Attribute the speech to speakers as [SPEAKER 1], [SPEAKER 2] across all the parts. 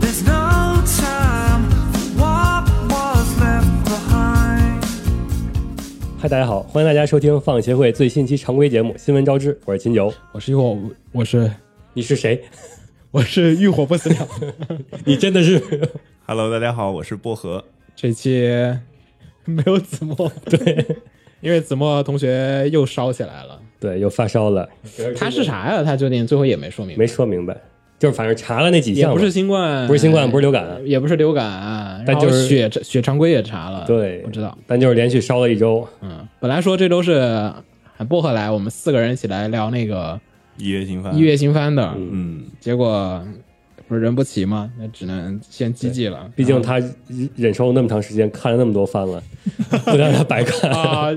[SPEAKER 1] There's no time for what was left behind.
[SPEAKER 2] 嗨，大家好，欢迎大家收听放协会最新期常规节目《新闻招之》，我是秦九，
[SPEAKER 3] 我是火，我是
[SPEAKER 2] 你是谁？
[SPEAKER 3] 我是欲火不死 鸟。
[SPEAKER 2] 你真的是
[SPEAKER 4] Hello，大家好，我是薄荷。
[SPEAKER 3] 这期没有子墨，对，因为子墨同学又烧起来了。
[SPEAKER 2] 对，又发烧了，
[SPEAKER 3] 他是啥呀？他究竟最后也没说明白，
[SPEAKER 2] 没说明白，就是反正查了那几
[SPEAKER 3] 也
[SPEAKER 2] 项嘛，
[SPEAKER 3] 不是新冠，
[SPEAKER 2] 不是新冠，不是流感，啊
[SPEAKER 3] 也不是流感，然
[SPEAKER 2] 但
[SPEAKER 3] 后
[SPEAKER 2] 就是
[SPEAKER 3] 血血常规也查了。
[SPEAKER 2] 对，
[SPEAKER 3] 我知道。，
[SPEAKER 2] 但就是连续烧了一周，
[SPEAKER 3] 嗯，本来说这周是喊薄荷来，我们四个人一起来聊那个
[SPEAKER 4] 一月新番，
[SPEAKER 3] 一月新番的，
[SPEAKER 4] 嗯，
[SPEAKER 3] 结果不是人不齐嘛，那只能先积极了。
[SPEAKER 2] 毕竟他忍受了那么长时间，看了那么多 番了，不让他白看。
[SPEAKER 3] 啊、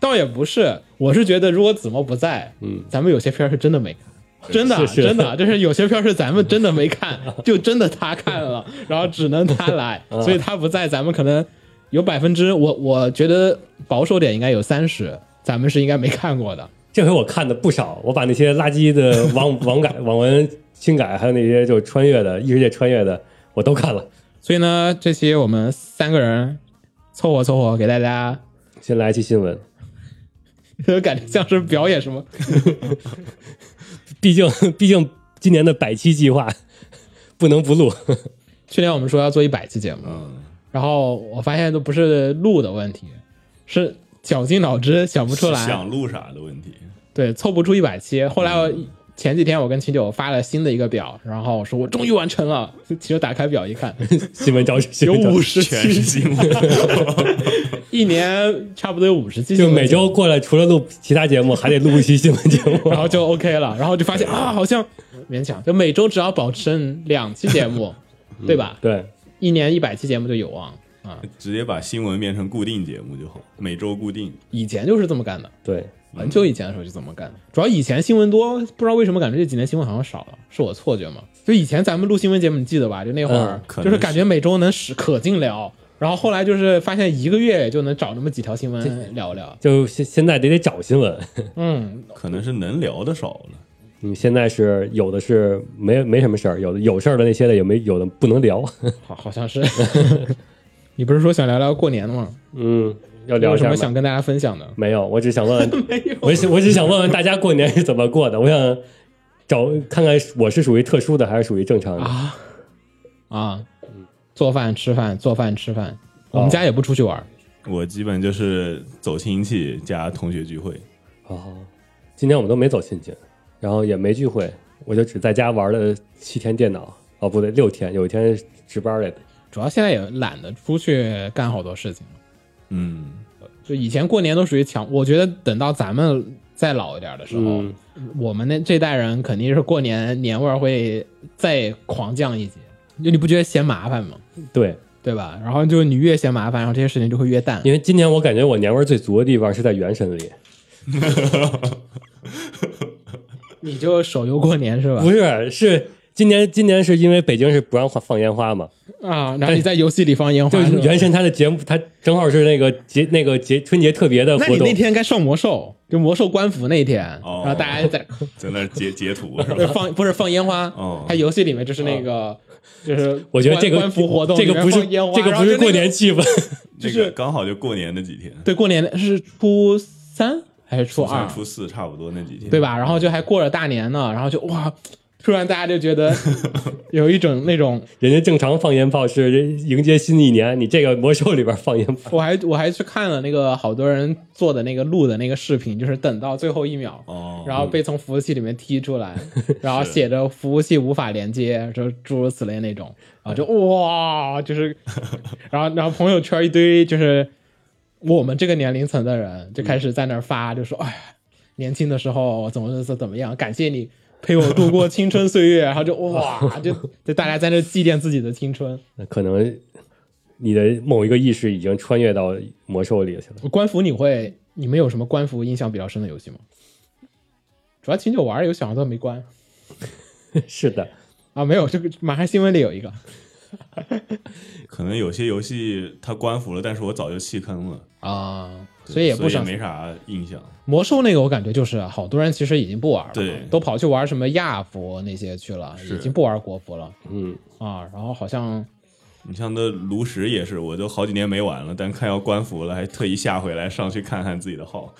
[SPEAKER 3] 倒也不是，我是觉得如果子墨不在，嗯，咱们有些片儿是真的没看。真的啊，
[SPEAKER 2] 是是
[SPEAKER 3] 真的啊， 就是有些片儿是咱们真的没看，就真的他看了，然后只能他 来，
[SPEAKER 2] 啊
[SPEAKER 3] 所以他不在，咱们可能有百分之我我觉得保守点应该有三十，咱们是应该没看过的。
[SPEAKER 2] 这回我看的不少，我把那些垃圾的 网网改、网文新改，还有那些就是穿越的异世界穿越的，我都看了。
[SPEAKER 3] 所以呢，这期我们三个人凑合凑合，给大家
[SPEAKER 2] 先来一期新闻，
[SPEAKER 3] 感觉像是表演什么
[SPEAKER 2] 毕竟 毕竟今年的百期计划 不能不录。
[SPEAKER 3] 去年我们说要做一百期节目，然后我发现都不是录的问题，是绞尽脑汁想不出
[SPEAKER 4] 是
[SPEAKER 3] 来
[SPEAKER 4] 想，录啥 的问题。
[SPEAKER 3] 对，凑不出一百期。后来我前几天我跟秦九发了新的一个表，然后我说我终于完成了。秦九打开表一看，
[SPEAKER 2] 新闻招新
[SPEAKER 3] 有
[SPEAKER 2] 闻招
[SPEAKER 3] 五十
[SPEAKER 4] 全是
[SPEAKER 3] 期，
[SPEAKER 4] 新闻，
[SPEAKER 3] 一年差不多有五十期，
[SPEAKER 2] 就每周，过来，除了录其他节目，还得录一期新闻节 目。
[SPEAKER 3] 然后就 OK 了，然后就发现啊，好像勉强，就每周只要保证两期节目，对吧？
[SPEAKER 2] 对，
[SPEAKER 3] 一年一百期节目就有望。啊
[SPEAKER 4] 直接把新闻变成固定节目就好，每周固定。
[SPEAKER 3] 以前就是这么干的，
[SPEAKER 2] 对，
[SPEAKER 3] 很久以前的时候就这么干的。主要以前新闻多，不知道为什么感觉这几年新闻好像少了，是我错觉吗？就以前咱们录新闻节目，你记得吧？就那会儿
[SPEAKER 2] 嗯，
[SPEAKER 4] 可能
[SPEAKER 3] 就是
[SPEAKER 4] 是
[SPEAKER 3] 感觉每周能使可劲聊，然后后来就是发现一个月也就能找那么几条新闻聊聊。
[SPEAKER 2] 就现现在得得找新闻。
[SPEAKER 3] 嗯，
[SPEAKER 4] 可能是能聊的少了，
[SPEAKER 2] 嗯，现在是有的是没没什么事儿，有的有事儿的那些的也没有的不能聊。
[SPEAKER 3] 好，好像是。 你不是说想聊聊过年的吗？
[SPEAKER 2] 嗯，要
[SPEAKER 3] 有
[SPEAKER 2] 聊
[SPEAKER 3] 什
[SPEAKER 2] 啥
[SPEAKER 3] 么
[SPEAKER 2] 吗？
[SPEAKER 3] 想跟大家分享的？
[SPEAKER 2] 没有，我只 想问问，
[SPEAKER 3] 没有
[SPEAKER 2] 我只我只想问问大家过年是怎么过的。我想找看看我是属于特殊的还是属于正常的。
[SPEAKER 3] 啊啊！做饭吃饭，做饭吃饭。我们家也不出去玩儿，
[SPEAKER 4] 我基本就是走亲戚加同学聚会，
[SPEAKER 2] 哦，今天我们都没走亲戚，然后也没聚会，我就只在家玩了七天电脑。哦，不对，六天，有一天值班来的。
[SPEAKER 3] 主要现在也懒得出去干好多事情。
[SPEAKER 4] 嗯，
[SPEAKER 3] 就以前过年都属于强，我觉得等到咱们再老一点的时候，
[SPEAKER 2] 嗯
[SPEAKER 3] 我们那这代人肯定是过年年味儿会再狂降一截。就你不觉得嫌麻烦吗？
[SPEAKER 2] 对，
[SPEAKER 3] 对吧？然后就你越嫌麻烦，然后这些事情就会越淡。
[SPEAKER 2] 因为今年我感觉我年味儿最足的地方是在《原神》里，
[SPEAKER 3] 你就手游过年是吧
[SPEAKER 2] 不？是是今年今年是因为北京是不让放放烟花嘛，
[SPEAKER 3] 啊，然后你在游戏里放烟
[SPEAKER 2] 就
[SPEAKER 3] 花是吧，
[SPEAKER 2] 原神它的节目，它正好是那个节那个节春节特别的
[SPEAKER 3] 那
[SPEAKER 2] 活
[SPEAKER 3] 你
[SPEAKER 2] 动
[SPEAKER 3] 那，天该上魔兽，就魔兽官服那一天，
[SPEAKER 4] 哦
[SPEAKER 3] 然后大家在
[SPEAKER 4] 在那儿截 截图啊是
[SPEAKER 3] 不 是
[SPEAKER 4] 吧？
[SPEAKER 3] 放不是放烟花
[SPEAKER 4] 哦，
[SPEAKER 3] 它游戏里面就是那个就是
[SPEAKER 2] 哦我觉得
[SPEAKER 3] 官
[SPEAKER 2] 这个
[SPEAKER 3] 官服活动
[SPEAKER 2] 这
[SPEAKER 3] 里
[SPEAKER 2] 个
[SPEAKER 3] 面
[SPEAKER 2] 不是
[SPEAKER 3] 放烟花
[SPEAKER 2] 这个
[SPEAKER 3] 然
[SPEAKER 2] 不
[SPEAKER 3] 后就
[SPEAKER 2] 是
[SPEAKER 3] 那
[SPEAKER 2] 过
[SPEAKER 3] 个
[SPEAKER 2] 年气氛，
[SPEAKER 4] 这
[SPEAKER 3] 是
[SPEAKER 4] 个刚好就过年那几天，
[SPEAKER 3] 对，过年是初三还是初
[SPEAKER 4] 初
[SPEAKER 3] 二
[SPEAKER 4] 三，初四差不多那几天，
[SPEAKER 3] 啊对？吧？然后就还过了大年呢，然后就哇，突然大家就觉 得有一种那种，
[SPEAKER 2] 人家正常放烟炮是迎接新一年，你这个魔兽里边放烟炮，
[SPEAKER 3] 我还我还去看了那个好多人做的那个录的那个视频，就是等到最后一秒。
[SPEAKER 4] 哦，
[SPEAKER 3] 然后被从服务器里面踢出来，然后写着服务器无法连接，就诸如此类那种，啊，就哇，就是，然后然后朋友圈一堆就是我们这个年龄层的人就开始在那儿发，就说哎呀，年轻的时候怎么怎么怎么样，感谢你陪我度过青春岁月， 然后就哇，就就大家在那祭奠自己的青春。
[SPEAKER 2] 那可能你的某一个意识已经穿越到魔兽里去了。
[SPEAKER 3] 官服你会，你们有什么官服印象比较深的游戏吗？主要秦九玩儿有小黄都没关
[SPEAKER 2] 是的，
[SPEAKER 3] 啊，没有，这个马上新闻里有一个
[SPEAKER 4] 可能有些游戏它官服了，但是我早就弃坑了，
[SPEAKER 3] 啊，
[SPEAKER 4] 对
[SPEAKER 3] 所以也不想
[SPEAKER 4] 没啥印象。
[SPEAKER 3] 魔兽那个，我感觉就是好多人其实已经不玩了，
[SPEAKER 4] 对
[SPEAKER 3] 都跑去玩什么亚服那些去了，
[SPEAKER 4] 是
[SPEAKER 3] 已经不玩国服了
[SPEAKER 2] 嗯，
[SPEAKER 3] 啊。然后好像
[SPEAKER 4] 你像那炉石也是，我都好几年没玩了，但看要官服了，还特意下回来上去看看自己的号。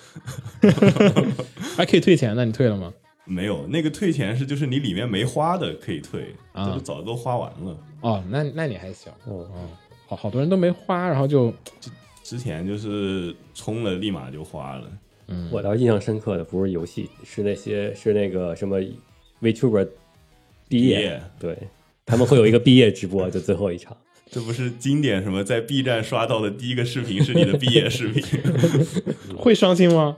[SPEAKER 3] 还可以退钱的，你退了吗？
[SPEAKER 4] 没有，那个退钱是就是你里面没花的可以退，
[SPEAKER 3] 啊
[SPEAKER 4] 就是早都花完了。
[SPEAKER 3] 哦，那那你还行，
[SPEAKER 2] 哦
[SPEAKER 3] 嗯，好好多人都没花，然后就
[SPEAKER 4] 之前就是充了立马就花了，
[SPEAKER 2] 我倒是印象深刻的不是游戏，是那些是那个什么 VTuber 毕
[SPEAKER 4] 毕
[SPEAKER 2] 业
[SPEAKER 4] 业，
[SPEAKER 2] 对他们会有一个毕业直 播，就最后一场。
[SPEAKER 4] 这不是经典什么在 B 站刷到的第一个视频是你的毕业视频，
[SPEAKER 3] 会伤心吗？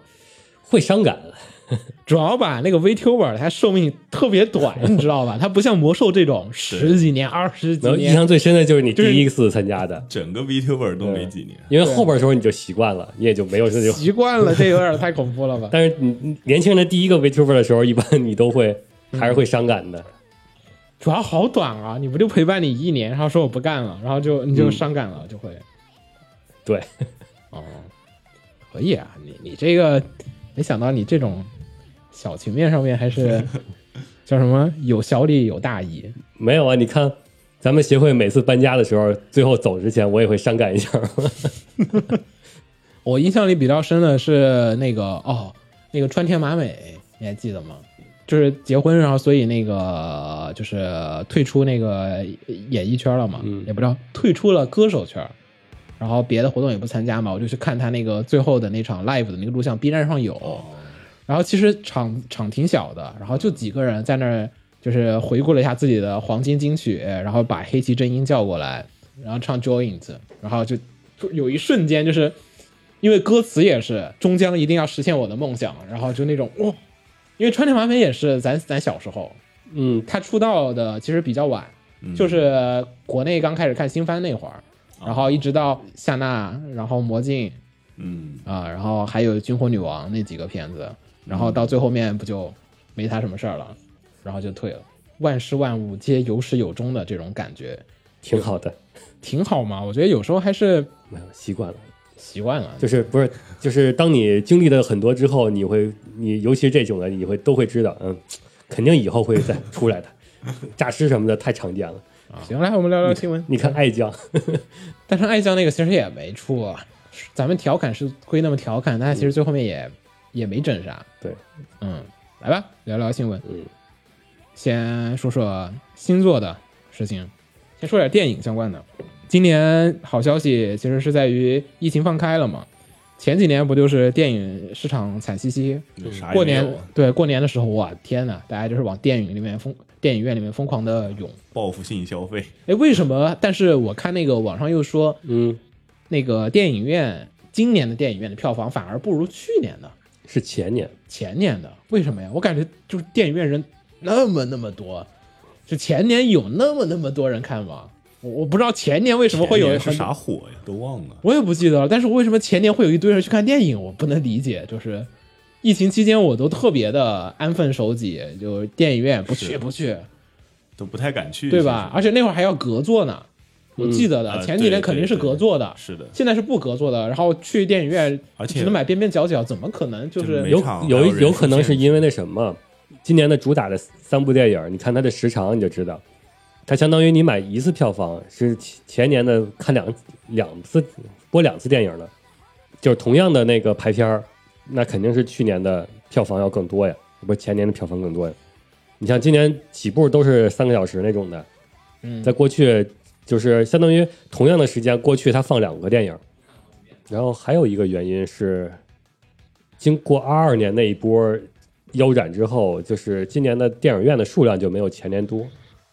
[SPEAKER 2] 会伤感，
[SPEAKER 3] 主要吧，那个 VTuber 它寿命特别 短，你知道吧？它不像魔兽这种十几年、二十几
[SPEAKER 2] 然后印
[SPEAKER 3] 年。
[SPEAKER 2] 象最深的就是你
[SPEAKER 3] 就是
[SPEAKER 2] 第一次参加的，
[SPEAKER 4] 整个 VTuber 都没几年。
[SPEAKER 2] 因为后边的时候你就习惯了，你也就没有这种。
[SPEAKER 3] 习惯了，这有点太恐怖了吧？
[SPEAKER 2] 但是你你年轻人的第一个 VTuber 的时候，一般你都会还是会伤感的。
[SPEAKER 3] 主要好短啊！你不就陪伴你一年，然后说我不干了，然后就你就伤感了，就会。
[SPEAKER 2] 对，
[SPEAKER 3] 哦，可以啊，你你这个没想到你这种小情面上面还 是叫什么有小礼有大义，
[SPEAKER 2] 没有啊，你看咱们协会每次搬家的时候，最后走之前我也会伤感一下。
[SPEAKER 3] 我印象里比较深的是那个哦，那个川田麻美，你还记得吗？就是结婚，然后所以那个就是退出那个演艺圈了嘛，也不知道退出了歌手圈，然后别的活动也不参加嘛，我就去看他那个最后的那场 live 的那个录像，B 站上有。然后其实场场挺小的，然后就几个人在那儿就是回顾了一下自己的黄金金曲，然后把黑崎真音叫过来，然后唱 Joint，然后就就有一瞬间就是因为歌词也是终将一定要实现我的梦想，然后就那种哇、因为川田麻美也是咱咱小时候，
[SPEAKER 2] 嗯，
[SPEAKER 3] 她出道的其实比较晚，就是国内刚开始看新番那会儿，然后一直到夏娜，然后魔镜
[SPEAKER 4] 嗯，
[SPEAKER 3] 啊、然后还有军火女王那几个片子，然后到最后面不就没她什么事儿了，然后就退了。万事万物皆有始有终的这种感觉
[SPEAKER 2] 挺好的，
[SPEAKER 3] 挺好嘛，我觉得有时候还是
[SPEAKER 2] 没有习惯了。
[SPEAKER 3] 习惯了，啊
[SPEAKER 2] 就是不是就是当你经历了很多之后，你会你尤其是这种的，你会都会知道，嗯，肯定以后会再出来的。 诈尸什么的太常见了。
[SPEAKER 3] 行，来我们聊聊新闻。
[SPEAKER 2] 你看爱将，
[SPEAKER 3] 但是爱将那个其实也没出啊，咱们调侃是归那么调侃，但其实最后面也、也没整啥。
[SPEAKER 2] 嗯对，
[SPEAKER 3] 嗯，来吧，聊聊新闻。
[SPEAKER 2] 嗯，
[SPEAKER 3] 先说说星座的事情，先说点电影相关的。今年好消息其实是在于疫情放开了嘛，前几年不就是电影市场惨兮兮，
[SPEAKER 4] 啥也
[SPEAKER 3] 过
[SPEAKER 4] 没有啊
[SPEAKER 3] 年对过年的时候，哇天呐，大家就是往电影里面疯，电影院里面疯狂的涌。
[SPEAKER 4] 报复性消费，
[SPEAKER 3] 哎，为什么？但是我看那个网上又说，
[SPEAKER 2] 嗯，
[SPEAKER 3] 那个电影院今年的电影院的票房反而不如去年的、
[SPEAKER 2] 是前年，
[SPEAKER 3] 前年的，为什么呀？我感觉就是电影院人那么那么多，就前年有那么那么多人看吗？我我不知道前年为什么会有
[SPEAKER 4] 前年是
[SPEAKER 3] 很，
[SPEAKER 4] 啥火呀？都忘了。
[SPEAKER 3] 我也不记得了。但是为什么前年会有一堆人去看电影？我不能理解，就是。疫情期间，我都特别的安分守己，就电影院不去
[SPEAKER 4] 是
[SPEAKER 3] 不去，
[SPEAKER 4] 都不太敢去，
[SPEAKER 3] 对吧？而且那会儿还要隔座呢，我记得的，
[SPEAKER 4] 啊
[SPEAKER 3] 前几年
[SPEAKER 4] 对
[SPEAKER 3] 肯定
[SPEAKER 4] 对
[SPEAKER 3] 是
[SPEAKER 4] 对
[SPEAKER 3] 隔座的，
[SPEAKER 4] 是的
[SPEAKER 3] 现在是不隔座的。然后去电影院，
[SPEAKER 4] 而且
[SPEAKER 3] 只能买边边角角，怎么可能就
[SPEAKER 4] 就是
[SPEAKER 3] 是
[SPEAKER 4] 没
[SPEAKER 2] 有
[SPEAKER 4] 场
[SPEAKER 2] 有
[SPEAKER 4] 还有人
[SPEAKER 2] 有
[SPEAKER 4] 数
[SPEAKER 2] 可能
[SPEAKER 4] 限
[SPEAKER 2] 是
[SPEAKER 4] 制
[SPEAKER 2] 因为那什么，今年的主打的三部电影，你看它的时长你就知道，它相当于你买一次票房是前前年的看两两次播两次电影的，就是同样的那个排片儿，那肯定是去年的票房要更多呀，不是前年的票房更多呀。你像今年起步都是三个小时那种的，
[SPEAKER 3] 嗯
[SPEAKER 2] 在过去就是相当于同样的时间，过去它放两个电影，然后还有一个原因是，经过二二年那一波腰斩之后，就是今年的电影院的数量就没有前年多。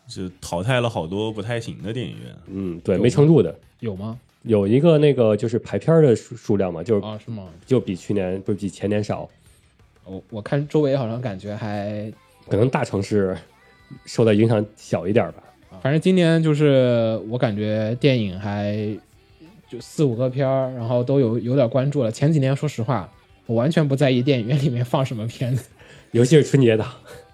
[SPEAKER 4] 就淘汰了好多不太行的电影院。
[SPEAKER 2] 嗯，对，没撑住的。
[SPEAKER 3] 有吗？
[SPEAKER 2] 有一个那个就是排片儿的数数量嘛，就是
[SPEAKER 3] 啊，是吗？
[SPEAKER 2] 就比去年不是比前年少，
[SPEAKER 3] 我我看周围好像感觉还
[SPEAKER 2] 可能大城市受的影响小一点吧。
[SPEAKER 4] 啊
[SPEAKER 3] 反正今年就是我感觉电影还就四五个片儿，然后都有有点关注了。前几年说实话，我完全不在意电影院里面放什么片子，
[SPEAKER 2] 尤其是春节档，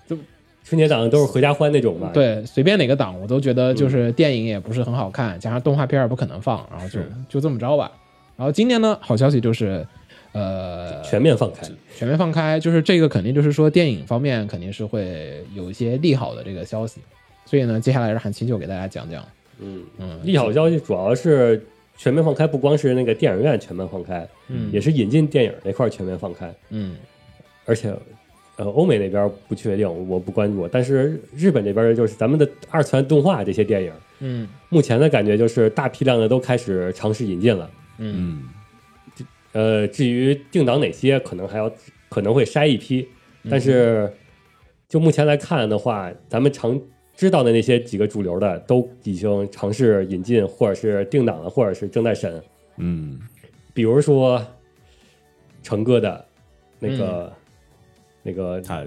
[SPEAKER 3] 就
[SPEAKER 2] 春节档都是合家欢那种吧？，
[SPEAKER 3] 对，随便哪个档我都觉得就是电影也不是很好看，加上动画片儿也不可能放，然后就是就这么着吧。然后今年呢，好消息就是，呃，
[SPEAKER 2] 全面放开。
[SPEAKER 3] 全面放开，就是这个肯定就是说电影方面肯定是会有一些利好的这个消息，所以呢，接下来让韩青就给大家讲讲，
[SPEAKER 2] 嗯，
[SPEAKER 3] 嗯，
[SPEAKER 2] 利好消息主要是全面放开，不光是那个电影院全面放开，
[SPEAKER 3] 嗯
[SPEAKER 2] 也是引进电影那块儿全面放开。
[SPEAKER 3] 嗯
[SPEAKER 2] 而且，呃，欧美那边不确定，我不关注。但是日本这边就是咱们的二次元动画这些电影，
[SPEAKER 3] 嗯
[SPEAKER 2] 目前的感觉就是大批量的都开始尝试引进了。
[SPEAKER 3] 嗯
[SPEAKER 4] 嗯，
[SPEAKER 2] 呃，至于定档哪些，可能还要可能会筛一批，但是就目前来看的话，咱们常知道的那些几个主流的都已经尝试引进，或者是定档了，或者是正在审。
[SPEAKER 4] 嗯，
[SPEAKER 2] 比如说成哥的那个、那个
[SPEAKER 4] 它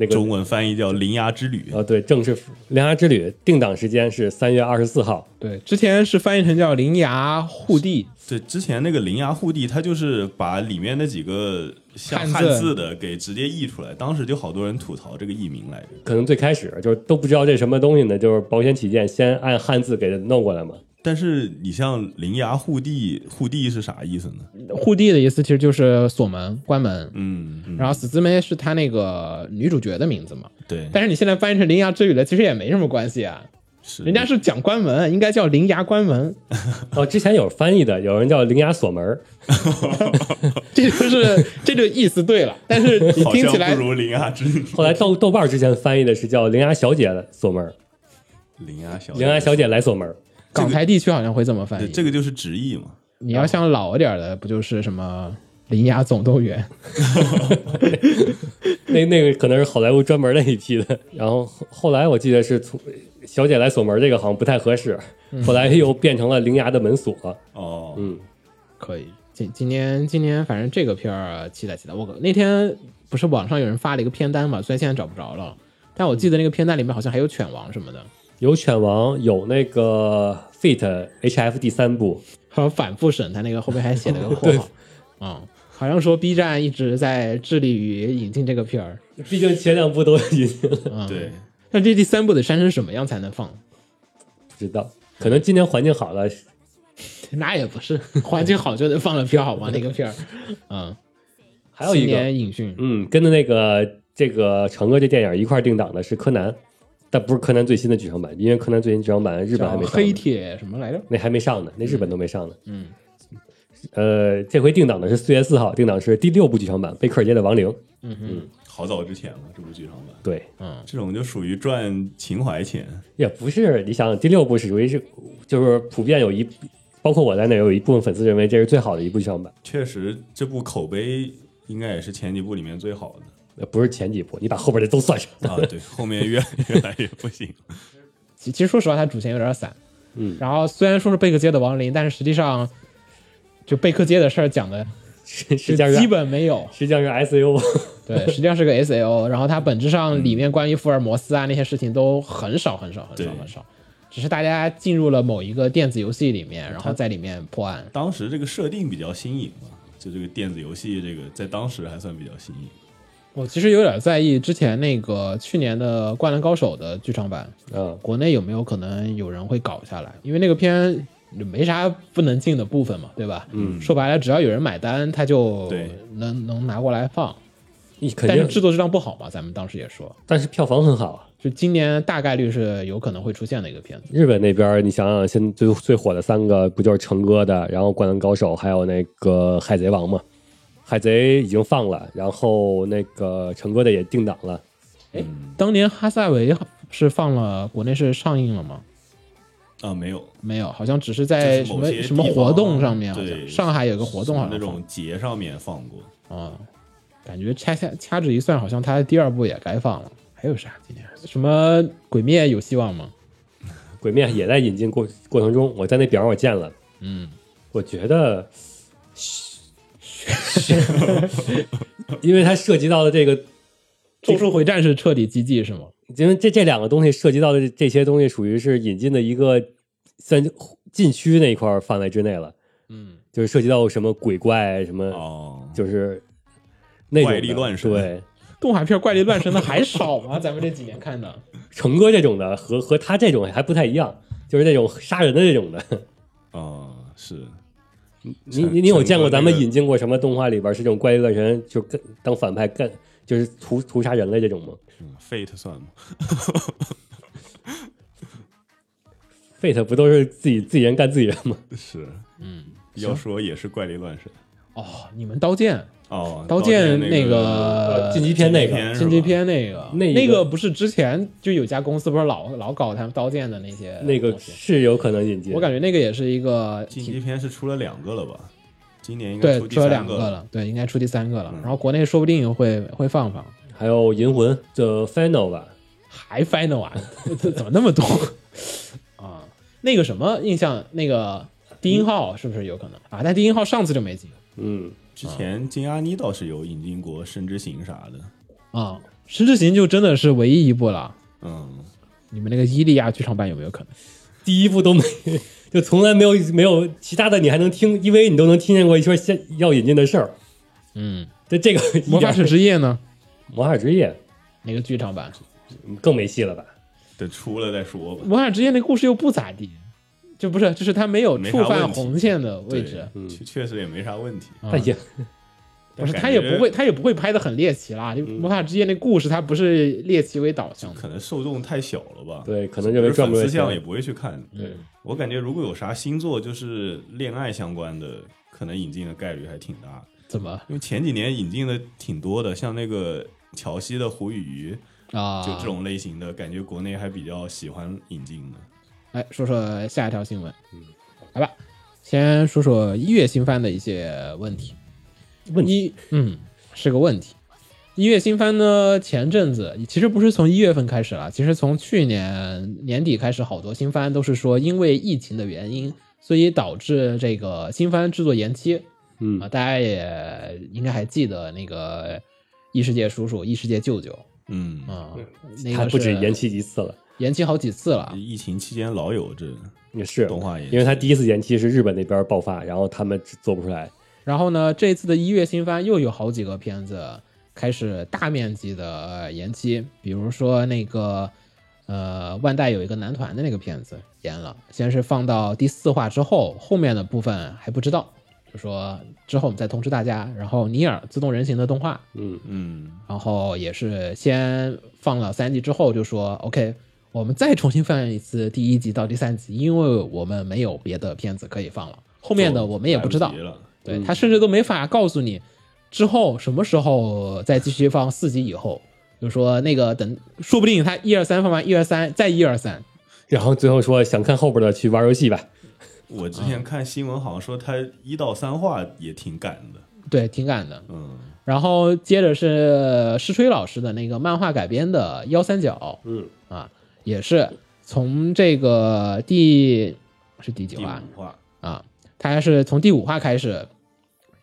[SPEAKER 2] 那个
[SPEAKER 4] 中文翻译叫《铃芽之旅》
[SPEAKER 2] 呃，对，正式《铃芽之旅》定档时间是三月二十四号。
[SPEAKER 3] 对，之前是翻译成叫《铃芽护地》，
[SPEAKER 4] 对，之前那个《铃芽护地》，它就是把里面那几个像
[SPEAKER 3] 汉字
[SPEAKER 4] 汉字的给直接译出来，当时就好多人吐槽这个译名来着。
[SPEAKER 2] 可能最开始就是都不知道这什么东西呢，就是保险起见，先按汉字给它弄过来嘛。
[SPEAKER 4] 但是你像“铃芽护地”，护地是啥意思呢？
[SPEAKER 3] 护地的意思其实就是锁门、关门。
[SPEAKER 4] 嗯，嗯
[SPEAKER 3] 然后死字梅是她那个女主角的名字嘛，
[SPEAKER 4] 对，
[SPEAKER 3] 但是你现在翻译成《铃芽之旅》了，其实也没什么关系啊。
[SPEAKER 4] 是
[SPEAKER 3] 人家是讲关门，应该叫《铃芽关门》，
[SPEAKER 2] 哦，之前有翻译的，有人叫铃芽锁门儿，
[SPEAKER 3] 这就是这就意思对了。但是你
[SPEAKER 4] 好
[SPEAKER 3] 听起
[SPEAKER 4] 像
[SPEAKER 3] 来
[SPEAKER 4] 不如“铃芽之旅
[SPEAKER 2] 后来豆豆瓣儿之前翻译的是叫铃芽小姐锁门儿，”。
[SPEAKER 4] 铃芽小
[SPEAKER 2] 铃芽小姐来锁门儿。
[SPEAKER 3] 港台地区好像会这么翻
[SPEAKER 4] 对，
[SPEAKER 3] 译。
[SPEAKER 4] 这个就是直译嘛。
[SPEAKER 3] 你要像老一点的，不就是什么《铃芽总动 员》？
[SPEAKER 2] 那那个可能是好莱坞专门那一批的。然后后后来我记得是从小姐来锁门儿这个好像不太合适，后来又变成了铃芽的门锁。
[SPEAKER 4] 哦，
[SPEAKER 2] 嗯，
[SPEAKER 3] 可以。今今年今年反正这个片儿啊期待期待。我那天不是网上有人发了一个片单嘛，虽然现在找不着了，但我记得那个片单里面好像还有犬王什么的，
[SPEAKER 2] 有犬王，有那个 Fit HF 第三部，
[SPEAKER 3] 好像反复审，他那个后面还写了 个括号，嗯，好像说 B 站一直在致力于引进这个片儿，
[SPEAKER 2] 毕竟前两部都已经
[SPEAKER 3] 嗯，。
[SPEAKER 4] 对，
[SPEAKER 3] 那这第三部得删成什么样才能放？
[SPEAKER 2] 不知道，可能今年环境好了，
[SPEAKER 3] 那也不是， 环境好就能放了片儿好 吗？那个片儿，嗯，
[SPEAKER 2] 还有一
[SPEAKER 3] 新
[SPEAKER 2] 个，
[SPEAKER 3] 年影讯，
[SPEAKER 2] 嗯，跟着那个这个成哥这电影一块儿定档的是柯南，但不是柯南最新的剧场版，因为柯南最新剧场版日本还
[SPEAKER 3] 叫
[SPEAKER 2] 没上
[SPEAKER 3] 黑
[SPEAKER 2] 呢，
[SPEAKER 3] 铁什么来着？
[SPEAKER 2] 那还没上呢，那日本都没上呢。
[SPEAKER 3] 嗯，
[SPEAKER 2] 呃，这回定档的是四月四号，定档是第六部剧场版《贝克尔街的亡灵》。
[SPEAKER 4] 好早之前了，这部剧场版，
[SPEAKER 2] 对，
[SPEAKER 4] 这种就属于赚情怀钱。
[SPEAKER 2] 也不是，你想第六部是属于是，就是普遍有一，包括我在内有一部分粉丝认为这是最好的一部剧场版，
[SPEAKER 4] 确实，这部口碑应该也是前几部里面最好 的
[SPEAKER 2] 呃不是前几部，你把后边的都算上。
[SPEAKER 4] 啊。对，后面越越来越 不行。
[SPEAKER 3] 其其实说实话，它主线有点散。
[SPEAKER 2] 嗯
[SPEAKER 3] 然后虽然说是贝克街的亡灵，但是实际上就贝克街的事儿讲的
[SPEAKER 2] 实
[SPEAKER 3] 就
[SPEAKER 2] 实际上是。
[SPEAKER 3] 基本没有
[SPEAKER 2] 实际上是 S U，
[SPEAKER 3] 对，实际上是个 S L。然后它本质上里面关于福尔摩斯啊那些事情都很少很少很
[SPEAKER 4] 对
[SPEAKER 3] 少很少，只是大家进入了某一个电子游戏里面，然后在里面破案。
[SPEAKER 4] 当时这个设定比较新颖嘛，就这个电子游戏这个在当时还算比较新颖。
[SPEAKER 3] 我其实有点在意之前那个去年的《灌篮高手》的剧场版，
[SPEAKER 2] 嗯，
[SPEAKER 3] 国内有没有可能有人会搞下来？因为那个片没啥不能进的部分嘛，对吧？嗯，说白了，只要有人买单，他就
[SPEAKER 4] 对
[SPEAKER 3] 能能拿过来放。
[SPEAKER 2] 你 肯
[SPEAKER 3] 但是
[SPEAKER 2] 定
[SPEAKER 3] 制作质量不好嘛，咱们当时也说，
[SPEAKER 2] 但是票房很好啊。
[SPEAKER 3] 就今年大概率是有可能会出现的一个片子。
[SPEAKER 2] 日本那边儿，你想想，现在最最火的三个不就是成哥的，然后《灌篮高手》，还有那个《海贼王》嘛？《海贼》已经放了，然后那个成哥的也定档了，
[SPEAKER 3] 当年哈萨维是放了，国内是上映了吗？
[SPEAKER 4] 啊，没有，
[SPEAKER 3] 没有，好像只是在
[SPEAKER 4] 就是
[SPEAKER 3] 什
[SPEAKER 4] 某
[SPEAKER 3] 么
[SPEAKER 4] 些
[SPEAKER 3] 什么
[SPEAKER 4] 地方啊
[SPEAKER 3] 活动上面，好
[SPEAKER 4] 对
[SPEAKER 3] 像上海有个活动好
[SPEAKER 4] 那
[SPEAKER 3] 像放
[SPEAKER 4] 种节上面放过。
[SPEAKER 3] 啊、感觉掐掐掐指一算，好像他第二部也该放了。还有啥？今年什么《鬼灭》有希望吗？
[SPEAKER 2] 《鬼灭》也在引进过过程中，我在那表上我见了，
[SPEAKER 3] 嗯，
[SPEAKER 2] 我觉得， 因为它涉及到的这个
[SPEAKER 3] 咒术回战是彻底击寂是吗？
[SPEAKER 5] 因为这这两个东西涉及到的这这些东西，属于是引进的一个算禁区那一块儿范围之内了，
[SPEAKER 3] 嗯，
[SPEAKER 5] 就是涉及到什么鬼怪啊什么，
[SPEAKER 4] 哦，
[SPEAKER 5] 就是那种的
[SPEAKER 4] 怪力乱神
[SPEAKER 5] 对，
[SPEAKER 3] 动画片怪力乱神的还少吗？咱们这几年看的，
[SPEAKER 5] 成哥这种的和和他这种还不太一样，就是那种杀人的这 种的。
[SPEAKER 4] 哦，是
[SPEAKER 5] 你你你有见过咱们
[SPEAKER 4] 成哥那个
[SPEAKER 5] 引进过什么动画里边是这种怪力乱神，就跟当反派干，就是屠屠杀人类这种吗
[SPEAKER 4] 嗯 Fate 算 吗？
[SPEAKER 5] ？Fate 不都是自己自己人干自己人吗？
[SPEAKER 4] 是，嗯，要说也是怪力乱神。
[SPEAKER 3] 哦，你们刀剑，
[SPEAKER 4] 哦，
[SPEAKER 3] 刀
[SPEAKER 4] 剑呃
[SPEAKER 3] 那个
[SPEAKER 5] 进击篇那个
[SPEAKER 4] 是吧
[SPEAKER 3] 进击篇那个，
[SPEAKER 5] 那一个
[SPEAKER 3] 那个不是之前就有家公司不是老老搞他们刀剑的那些
[SPEAKER 5] 那个
[SPEAKER 3] 东西
[SPEAKER 5] 是有可能引进，
[SPEAKER 3] 我感觉那个也是一个
[SPEAKER 4] 进
[SPEAKER 3] 挺
[SPEAKER 4] 击篇是出了两个了吧？今年应该
[SPEAKER 3] 对
[SPEAKER 4] 出，第
[SPEAKER 3] 出了两
[SPEAKER 4] 三
[SPEAKER 3] 个
[SPEAKER 4] 了。嗯
[SPEAKER 3] 了，对，应该出第三个了。然后国内说不定会会放放，
[SPEAKER 5] 还有银魂的 Final 吧，
[SPEAKER 3] 还 final 啊？这 怎么那么多 啊？那个什么印象，那个低音号是不是有可能啊？但低音号上次就没进
[SPEAKER 5] 嗯，
[SPEAKER 4] 之
[SPEAKER 3] 啊
[SPEAKER 4] 前金阿妮倒是有引进过《神之行》啥的，
[SPEAKER 3] 啊，《十之行》就真的是唯一一部了。
[SPEAKER 4] 嗯，
[SPEAKER 3] 你们那个伊利亚剧场版有没有可能？
[SPEAKER 5] 第一部都没，就从来没有没有其他的你还能听，因为你都能听见过一说先要引进的事儿。
[SPEAKER 3] 嗯，
[SPEAKER 5] 这这个一
[SPEAKER 3] 《魔
[SPEAKER 5] 点
[SPEAKER 3] 法
[SPEAKER 5] 儿
[SPEAKER 3] 使之夜》呢？
[SPEAKER 5] 魔法之夜
[SPEAKER 3] 那个剧场版，
[SPEAKER 5] 更没戏了吧？
[SPEAKER 4] 等出了再说吧。
[SPEAKER 3] 《魔法之夜》那故事又不咋地，就不是，就是它没有
[SPEAKER 4] 没
[SPEAKER 3] 触
[SPEAKER 4] 啥
[SPEAKER 3] 犯
[SPEAKER 4] 问题
[SPEAKER 3] 红线的位
[SPEAKER 4] 对
[SPEAKER 3] 置。
[SPEAKER 5] 嗯
[SPEAKER 4] 确确实也没啥问题。
[SPEAKER 3] 啊
[SPEAKER 5] 他也
[SPEAKER 3] 不是，
[SPEAKER 4] 但
[SPEAKER 3] 他
[SPEAKER 4] 感
[SPEAKER 3] 也
[SPEAKER 4] 觉
[SPEAKER 3] 不会，他也不会拍的很猎奇啦。就魔法之夜那故事，它不是猎奇为导向的。
[SPEAKER 4] 可能受众太小了吧？
[SPEAKER 5] 对可能认为赚不了
[SPEAKER 4] 就
[SPEAKER 5] 钱
[SPEAKER 4] 是粉丝向也不会去看。
[SPEAKER 3] 嗯
[SPEAKER 5] 对
[SPEAKER 4] 我感觉如果有啥星座就是恋爱相关的，可能引进的概率还挺大。
[SPEAKER 3] 怎么
[SPEAKER 4] 因为前几年引进的挺多的，像那个乔西的《胡与鱼》，
[SPEAKER 3] 啊？
[SPEAKER 4] 就这种类型的，感觉国内还比较喜欢引进的。
[SPEAKER 3] 哎，说说下一条新闻。嗯，来吧，先说说一月新番的一些问题。问题，嗯，是个问题。一月新番呢，前阵子其实不是从一月份开始了，其实从去年年底开始，好多新番都是说因为疫情的原因，所以导致这个新番制作延期。
[SPEAKER 5] 嗯
[SPEAKER 3] 啊、大家也应该还记得那个异世界叔叔、异世界舅舅
[SPEAKER 4] 嗯，
[SPEAKER 3] 啊，那
[SPEAKER 5] 他
[SPEAKER 3] 个
[SPEAKER 5] 不止
[SPEAKER 3] 是
[SPEAKER 5] 延期一次了，
[SPEAKER 3] 延期好几次了。
[SPEAKER 4] 疫情期间老有这
[SPEAKER 5] 也是
[SPEAKER 4] 动画延期
[SPEAKER 5] 因为他第一次延期是日本那边爆发，然后他们做不出来，
[SPEAKER 3] 然后呢，这次的一月新番又有好几个片子开始大面积的延期，比如说那个呃，万代有一个男团的那个片子延了，先是放到第四话之后，后面的部分还不知道，就说之后我们再通知大家。然后尼尔自动人形的动画
[SPEAKER 5] 嗯，
[SPEAKER 4] 嗯，
[SPEAKER 3] 然后也是先放了三集之后就说 OK，我们再重新放一次第一集到第三集，因为我们没有别的片子可以放了，后面的我们也不知道
[SPEAKER 4] 来及。了。
[SPEAKER 3] 对他甚至都没法告诉你之后什么时候再继续放四集以后，就说那个等，说不定他一二三放完一二三再一二三，
[SPEAKER 5] 然后最后说想看后边的去玩游戏吧，
[SPEAKER 4] 我之
[SPEAKER 3] 嗯
[SPEAKER 4] 前看新闻好像说他一到三话也挺赶的，
[SPEAKER 3] 对，挺赶的。
[SPEAKER 4] 嗯，
[SPEAKER 3] 然后接着是石吹老师的那个漫画改编的《幺三角》，
[SPEAKER 5] 嗯
[SPEAKER 3] 啊，也是从这个第是第几
[SPEAKER 4] 第
[SPEAKER 3] 话
[SPEAKER 4] 五话，
[SPEAKER 3] 啊？它是从第五话开始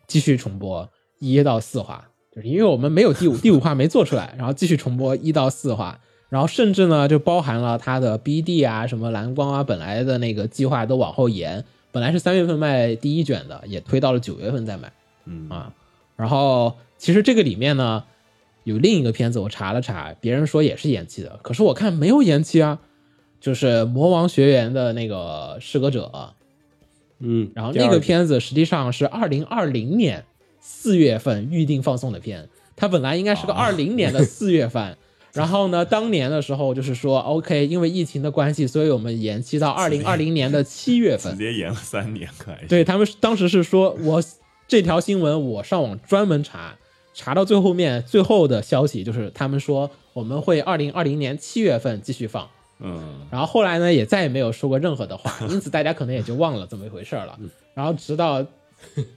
[SPEAKER 3] 继续重播一到四话，就是因为我们没有第五第五话没做出来，然后继续重播一到四话，然后甚至呢就包含了它的 BD 啊、什么蓝光啊，本来的那个计划都往后延，本来是三月份卖第一卷的，也推到了九月份再买。
[SPEAKER 4] 嗯
[SPEAKER 3] 啊。然后其实这个里面呢，有另一个片子我查了查，别人说也是延期的，可是我看没有延期啊，就是《魔王学园》的那个《失格者》，啊
[SPEAKER 5] 嗯，
[SPEAKER 3] 然后
[SPEAKER 5] 第二
[SPEAKER 3] 那个
[SPEAKER 5] 集
[SPEAKER 3] 片子实际上是二零二零年四月份预定放送的片，它本来应该是个
[SPEAKER 5] 哦
[SPEAKER 3] 二零 年的四月份。然后呢，当年的时候就是说，OK，因为疫情的关系，所以我们延期到二零二零年的七月份
[SPEAKER 4] 直。接延了三年，可还行
[SPEAKER 3] 对他们是当时是说，我这条新闻我上网专门查，查到最后面最后的消息就是他们说我们会二零二零年七月份继续放，
[SPEAKER 4] 嗯，
[SPEAKER 3] 然后后来呢也再也没有说过任何的 话，因此大家可能也就忘了这么一回事儿了。然后直到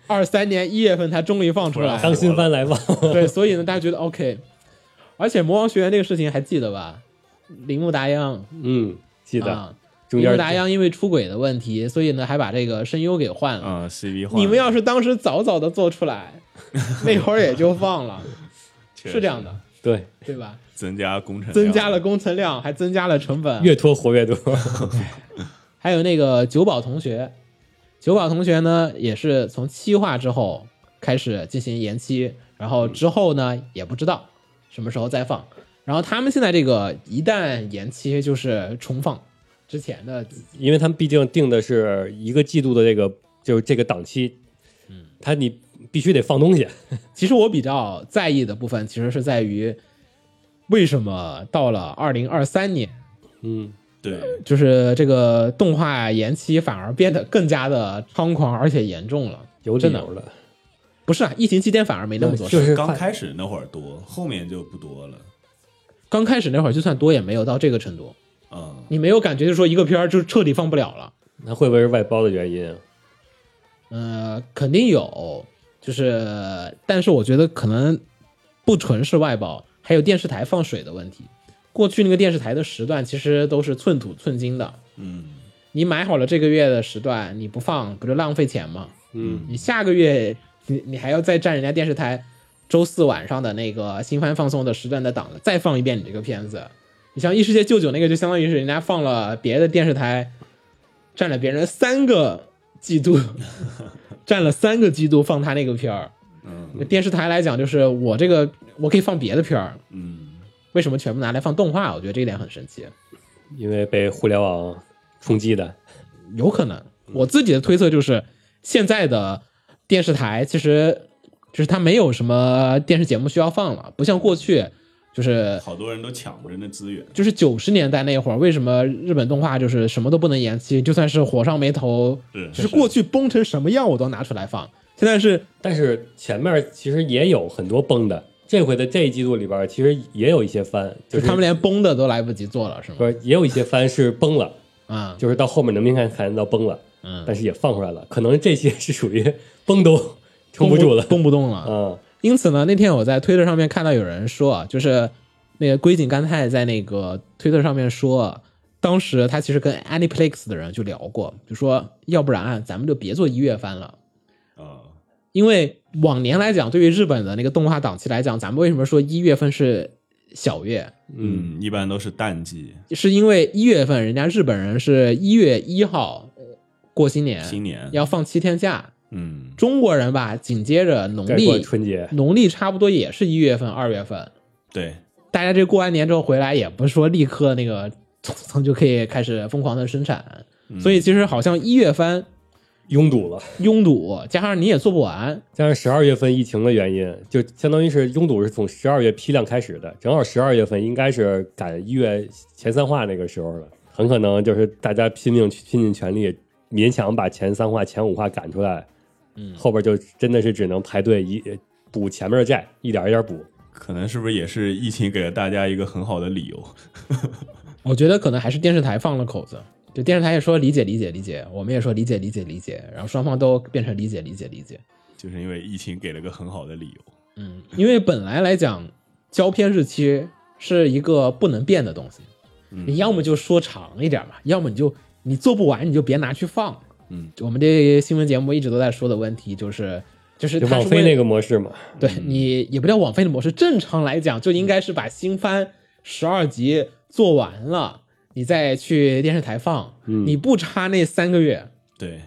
[SPEAKER 3] 二三年一月份，他终于放出来
[SPEAKER 4] 突然
[SPEAKER 5] 当新番来吧，
[SPEAKER 3] 对，所以呢大家觉得 OK，而且魔王学院这个事情还记得吧？铃木达央
[SPEAKER 5] 嗯，记得、
[SPEAKER 3] 啊，
[SPEAKER 5] 中
[SPEAKER 3] 铃
[SPEAKER 5] 间
[SPEAKER 3] 木达央因为出轨的问题，所以呢还把这个声优给换了。
[SPEAKER 4] 啊，CV 话，
[SPEAKER 3] 你们 要是当时早早的做出来，那会儿也就放了，
[SPEAKER 4] 确实
[SPEAKER 3] 是这样的。
[SPEAKER 2] 对，
[SPEAKER 3] 对吧？
[SPEAKER 4] 增加工程量，
[SPEAKER 3] 增加了工程量，还增加了成本，
[SPEAKER 2] 越拖活越多。
[SPEAKER 3] 还有那个九保同学，九保同学呢，也是从七话之后开始进行延期，然后之后呢也不知道什么时候再放。然后他们现在这个一旦延期，就是重放之前的几集。
[SPEAKER 2] 因为他们毕竟定的是一个季度的这个就是这个档期，嗯，他你必须得放东西，
[SPEAKER 3] 其实我比较在意的部分，其实是在于为什么到了二零二三年，
[SPEAKER 2] 嗯，
[SPEAKER 4] 对，
[SPEAKER 3] 就是这个动画延期反而变得更加的猖狂而且严重了。
[SPEAKER 2] 有理
[SPEAKER 3] 真的
[SPEAKER 2] 由的。
[SPEAKER 3] 不是啊，疫情期间反而没那么多事
[SPEAKER 2] 就
[SPEAKER 3] 儿。
[SPEAKER 2] 是
[SPEAKER 4] 刚
[SPEAKER 2] 发
[SPEAKER 4] 开始那会儿多，后面就不多了。
[SPEAKER 3] 刚开始那会儿就算多也没有到这个程度，
[SPEAKER 4] 嗯，
[SPEAKER 3] 你没有感觉就说一个片儿就彻底放不了了。
[SPEAKER 2] 那会不会是外包的原因啊？
[SPEAKER 3] 呃，肯定有，就是，但是我觉得可能不纯是外包，还有电视台放水的问题。过去那个电视台的时段其实都是寸土寸金的，
[SPEAKER 4] 嗯，
[SPEAKER 3] 你买好了这个月的时段，你不放不就浪费钱吗？
[SPEAKER 2] 嗯，
[SPEAKER 3] 你下个月你你还要再占人家电视台周四晚上的那个新番放送的时段的档了，再放一遍你这个片子。你像《异世界舅舅》那个，就相当于是人家放了别的电视台，占了别人三个季度，占了三个季度放他那个片儿。嗯，电视台来讲，就是我这个我可以放别的片儿，嗯，为什么全部拿来放动画？我觉得这一点很神奇。
[SPEAKER 2] 因为被互联网冲击的，
[SPEAKER 3] 有可能。
[SPEAKER 2] 嗯
[SPEAKER 3] 我自己的推测就是，现在的电视台其实就是它没有什么电视节目需要放了，不像过去，就是
[SPEAKER 4] 好多人都抢着那资源。
[SPEAKER 3] 就是九十年代那会儿，为什么日本动画就是什么都不能延期，就算是火上眉头，
[SPEAKER 4] 是
[SPEAKER 3] 就是过去崩成什么样我都拿出来放。现在是
[SPEAKER 2] 但是前面其实也有很多崩的。这回的这一季度里边，其实也有一些番，
[SPEAKER 3] 就
[SPEAKER 2] 就是
[SPEAKER 3] 他们连崩的都来不及做了，是吗
[SPEAKER 2] 不？是也有一些番是崩了，
[SPEAKER 3] 啊、
[SPEAKER 2] 就是到后面能明显看到崩了，
[SPEAKER 3] 嗯
[SPEAKER 2] 但是也放出来了。可能这些是属于崩都撑不住了，
[SPEAKER 3] 崩不动了。
[SPEAKER 2] 嗯，
[SPEAKER 3] 因此呢，那天我在推特上面看到有人说啊，就是那个龟井干太在那个推特上面说啊，当时他其实跟 Aniplex 的人就聊过，就说要不然啊咱们就别做一月番了，
[SPEAKER 4] 啊，
[SPEAKER 3] 因为往年来讲，对于日本的那个动画档期来讲，咱们为什么说一月份是小月？
[SPEAKER 4] 嗯，一般都是淡季，
[SPEAKER 3] 是因为一月份人家日本人是一月一号呃过新年，
[SPEAKER 4] 新年，
[SPEAKER 3] 要放七天假，
[SPEAKER 4] 嗯，
[SPEAKER 3] 中国人吧紧接着农
[SPEAKER 2] 再过
[SPEAKER 3] 历
[SPEAKER 2] 春节，
[SPEAKER 3] 农历差不多也是一月份二月份。
[SPEAKER 4] 对，
[SPEAKER 3] 大家这过完年之后回来，也不是说立刻那个蹭蹭就可以开始疯狂的生产，所以其实好像一月番
[SPEAKER 2] 拥堵了。
[SPEAKER 3] 拥堵，加上你也做不完，
[SPEAKER 2] 加上十二月份疫情的原因，就相当于是拥堵是从十二月批量开始的，正好十二月份应该是赶一月前三话那个时候了，很可能就是大家拼命去拼尽全力，勉强把前三话、前五话赶出来，嗯，后边就真的是只能排队一补前面的债，一点一点补。
[SPEAKER 4] 可能是不是也是疫情给了大家一个很好的理由？
[SPEAKER 3] 我觉得可能还是电视台放了口子，就电视台也说理解理解理解，我们也说理解理解理解，然后双方都变成理解理解理解，
[SPEAKER 4] 就是因为疫情给了个很好的理由。
[SPEAKER 3] 嗯，因为本来来讲胶片日期是一个不能变的东西，你要么就说长一点嘛，要么你就你做不完你就别拿去放。
[SPEAKER 4] 嗯，
[SPEAKER 3] 我们这新闻节目一直都在说的问题就是，就是
[SPEAKER 2] 就
[SPEAKER 3] 它
[SPEAKER 2] 网
[SPEAKER 3] 是为
[SPEAKER 2] 飞那个嗯模式嘛，
[SPEAKER 3] 对你也不叫网飞的模式，正常来讲就应该是把新番十二集做完了，你再去电视台放。你不差那三个月，
[SPEAKER 4] 对，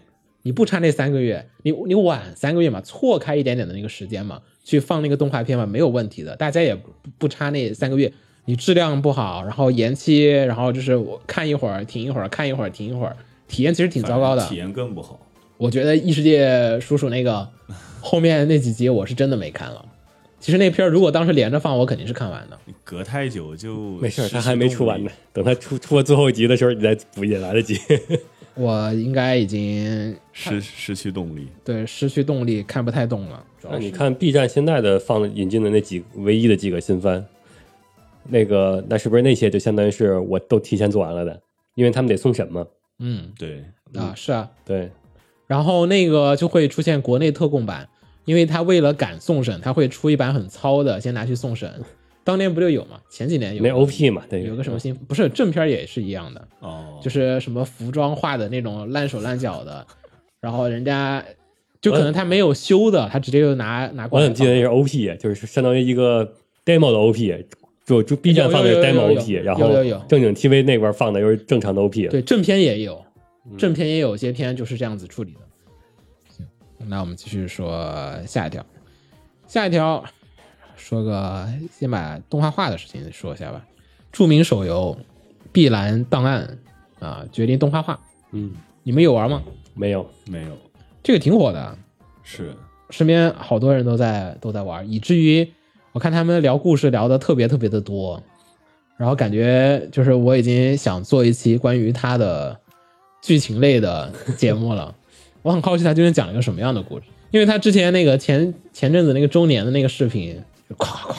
[SPEAKER 3] 你不差那三个月，你你晚三个月嘛，错开一点点的那个时间嘛，去放那个动画片嘛，没有问题的，大家也不不差那三个月。你质量不好，然后延期，然后就是我看一会儿停一会儿，看一会儿停一会儿，体验其实挺糟糕的。
[SPEAKER 4] 体验更不好。
[SPEAKER 3] 我觉得异世界叔叔那个后面那几集我是真的没看了。其实那片儿如果当时连着放，我肯定是看完的。
[SPEAKER 4] 你隔太久就
[SPEAKER 2] 没事
[SPEAKER 4] 失
[SPEAKER 2] 儿，
[SPEAKER 4] 去
[SPEAKER 2] 他还没出完呢
[SPEAKER 4] 动力，
[SPEAKER 2] 等他出出了最后一集的时候，你再补也来得及。
[SPEAKER 3] 我应该已经
[SPEAKER 4] 失失去动力。
[SPEAKER 3] 对失去动力，看不太动了。主
[SPEAKER 2] 那
[SPEAKER 3] 要
[SPEAKER 2] 你
[SPEAKER 3] 是
[SPEAKER 2] 看 B 站现在的放引进的那几唯一的几个新番，那个那是不是那些就相当于是我都提前做完了的？因为他们得送审嘛。
[SPEAKER 3] 嗯
[SPEAKER 4] 对，
[SPEAKER 3] 啊是啊，
[SPEAKER 2] 对，
[SPEAKER 3] 然后那个就会出现国内特供版，因为他为了赶送审，他会出一版很糙的，先拿去送审。当年不就有嘛？前几年有
[SPEAKER 2] 那 OP 嘛，对，
[SPEAKER 3] 有个什么新不是正片儿也是一样的，
[SPEAKER 4] 哦，
[SPEAKER 3] 就是什么服装画的那种烂手烂脚的，然后人家就可能他没有修的，他直接就拿拿
[SPEAKER 2] 我
[SPEAKER 3] 过来
[SPEAKER 2] 怎么
[SPEAKER 3] 放。
[SPEAKER 2] 记得那是 OP，就是相当于一个 demo 的 OP，就就 B 站放的是
[SPEAKER 3] 有有有
[SPEAKER 2] demo
[SPEAKER 3] 有有
[SPEAKER 2] OP，然
[SPEAKER 3] 有
[SPEAKER 2] 后
[SPEAKER 3] 有有
[SPEAKER 2] 正经 TV 那边放的又是正常的 OP。
[SPEAKER 3] 对，正片也有，正片也有些片就是这样子处理的。行，那我们继续说下一条，下一条说个先把动画化的事情说一下吧。著名手游《碧蓝档案》啊，决定动画化，
[SPEAKER 2] 嗯，
[SPEAKER 3] 你们有玩吗？
[SPEAKER 2] 没有，
[SPEAKER 4] 没有，
[SPEAKER 3] 这个挺火的，啊
[SPEAKER 4] 是
[SPEAKER 3] 身边好多人都在都在玩，以至于我看他们聊故事聊的特别特别的多，然后感觉就是我已经想做一期关于他的剧情类的节目了。 我很好奇他究竟讲了一个什么样的故事，因为他之前那个前前阵子那个周年的那个视频，就咵咵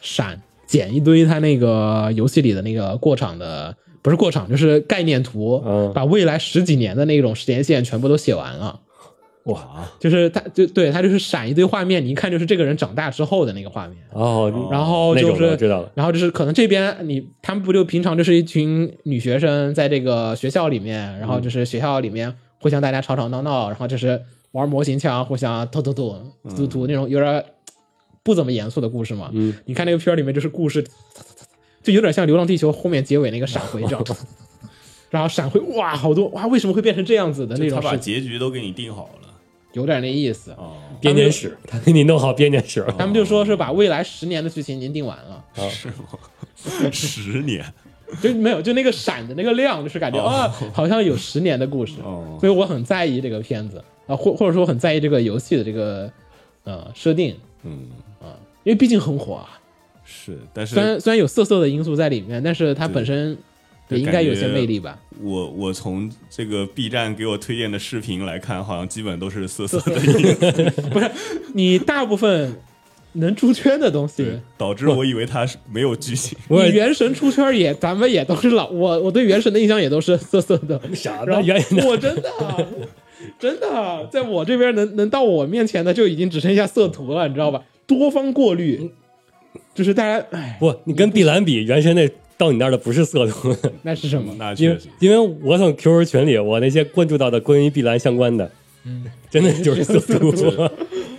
[SPEAKER 3] 闪剪一堆他那个游戏里的那个过场的，不是过场就是概念图，
[SPEAKER 2] 嗯
[SPEAKER 3] 把未来十几年的那种时间线全部都写完了。
[SPEAKER 4] 哇，
[SPEAKER 3] 就是他就对他就是闪一堆画面，你一看就是这个人长大之后的那个画面。
[SPEAKER 2] 哦，
[SPEAKER 3] 然后
[SPEAKER 2] 那
[SPEAKER 3] 就
[SPEAKER 2] 种的我知
[SPEAKER 3] 是，
[SPEAKER 2] 道了，
[SPEAKER 3] 然后就是可能这边你他们不就平常就是一群女学生在这个学校里面，然后就是学校里面互相大家吵吵闹闹，然后就是玩模型枪，互相突突突突突那种有点不怎么严肃的故事嘛。
[SPEAKER 2] 嗯，
[SPEAKER 3] 你看那个片儿里面就是故事，就有点像《流浪地球》后面结尾那个闪回这
[SPEAKER 4] 嗯
[SPEAKER 3] 样，然后闪回哇好多哇为什么会变成这样子的那
[SPEAKER 4] 就他
[SPEAKER 3] 种
[SPEAKER 4] 把
[SPEAKER 3] 事情，
[SPEAKER 4] 结局都给你定好了
[SPEAKER 3] 有点那意思。
[SPEAKER 4] 哦，
[SPEAKER 2] 编年史，他给你弄好编年史了。
[SPEAKER 3] 他们就说是把未来十年的剧情已经定完了，
[SPEAKER 4] 是吗？十年
[SPEAKER 3] 就没有就那个闪的那个亮，就是感觉啊，好像有十年的故事，
[SPEAKER 4] 哦
[SPEAKER 3] 所以我很在意这个片子啊，或或者说我很在意这个游戏的这个呃设定，
[SPEAKER 4] 嗯
[SPEAKER 3] 啊，因为毕竟很火啊，
[SPEAKER 4] 是，但
[SPEAKER 3] 虽
[SPEAKER 4] 是
[SPEAKER 3] 然虽然有色色的因素在里面，但是它本身
[SPEAKER 4] 对
[SPEAKER 3] 也应该有些魅力吧，
[SPEAKER 4] 我我从这个 B 站给我推荐的视频来看，好像基本都是色色的影子，
[SPEAKER 3] 你大部分能出圈的东西。
[SPEAKER 4] 导致我以为它是没有剧情。
[SPEAKER 3] 你
[SPEAKER 2] 我也
[SPEAKER 3] 原神出圈也，咱们也都是老我，我对原神的印象也都是涩涩的。
[SPEAKER 2] 啥
[SPEAKER 3] 然
[SPEAKER 2] 的
[SPEAKER 3] 后
[SPEAKER 2] 原来
[SPEAKER 3] 我真的啊真的啊在我这边能能到我面前的就已经只剩下色图了，你知道吧？多方过滤，就是大家哎，
[SPEAKER 2] 不，你跟碧蓝比，原神那到你那儿的不是色图，
[SPEAKER 3] 那是什么？
[SPEAKER 4] 那
[SPEAKER 2] 因
[SPEAKER 4] 确
[SPEAKER 2] 为
[SPEAKER 4] 实，
[SPEAKER 2] 因为我从 QQ 群里，我那些关注到的关于碧蓝相关的，嗯，真的就是 色图。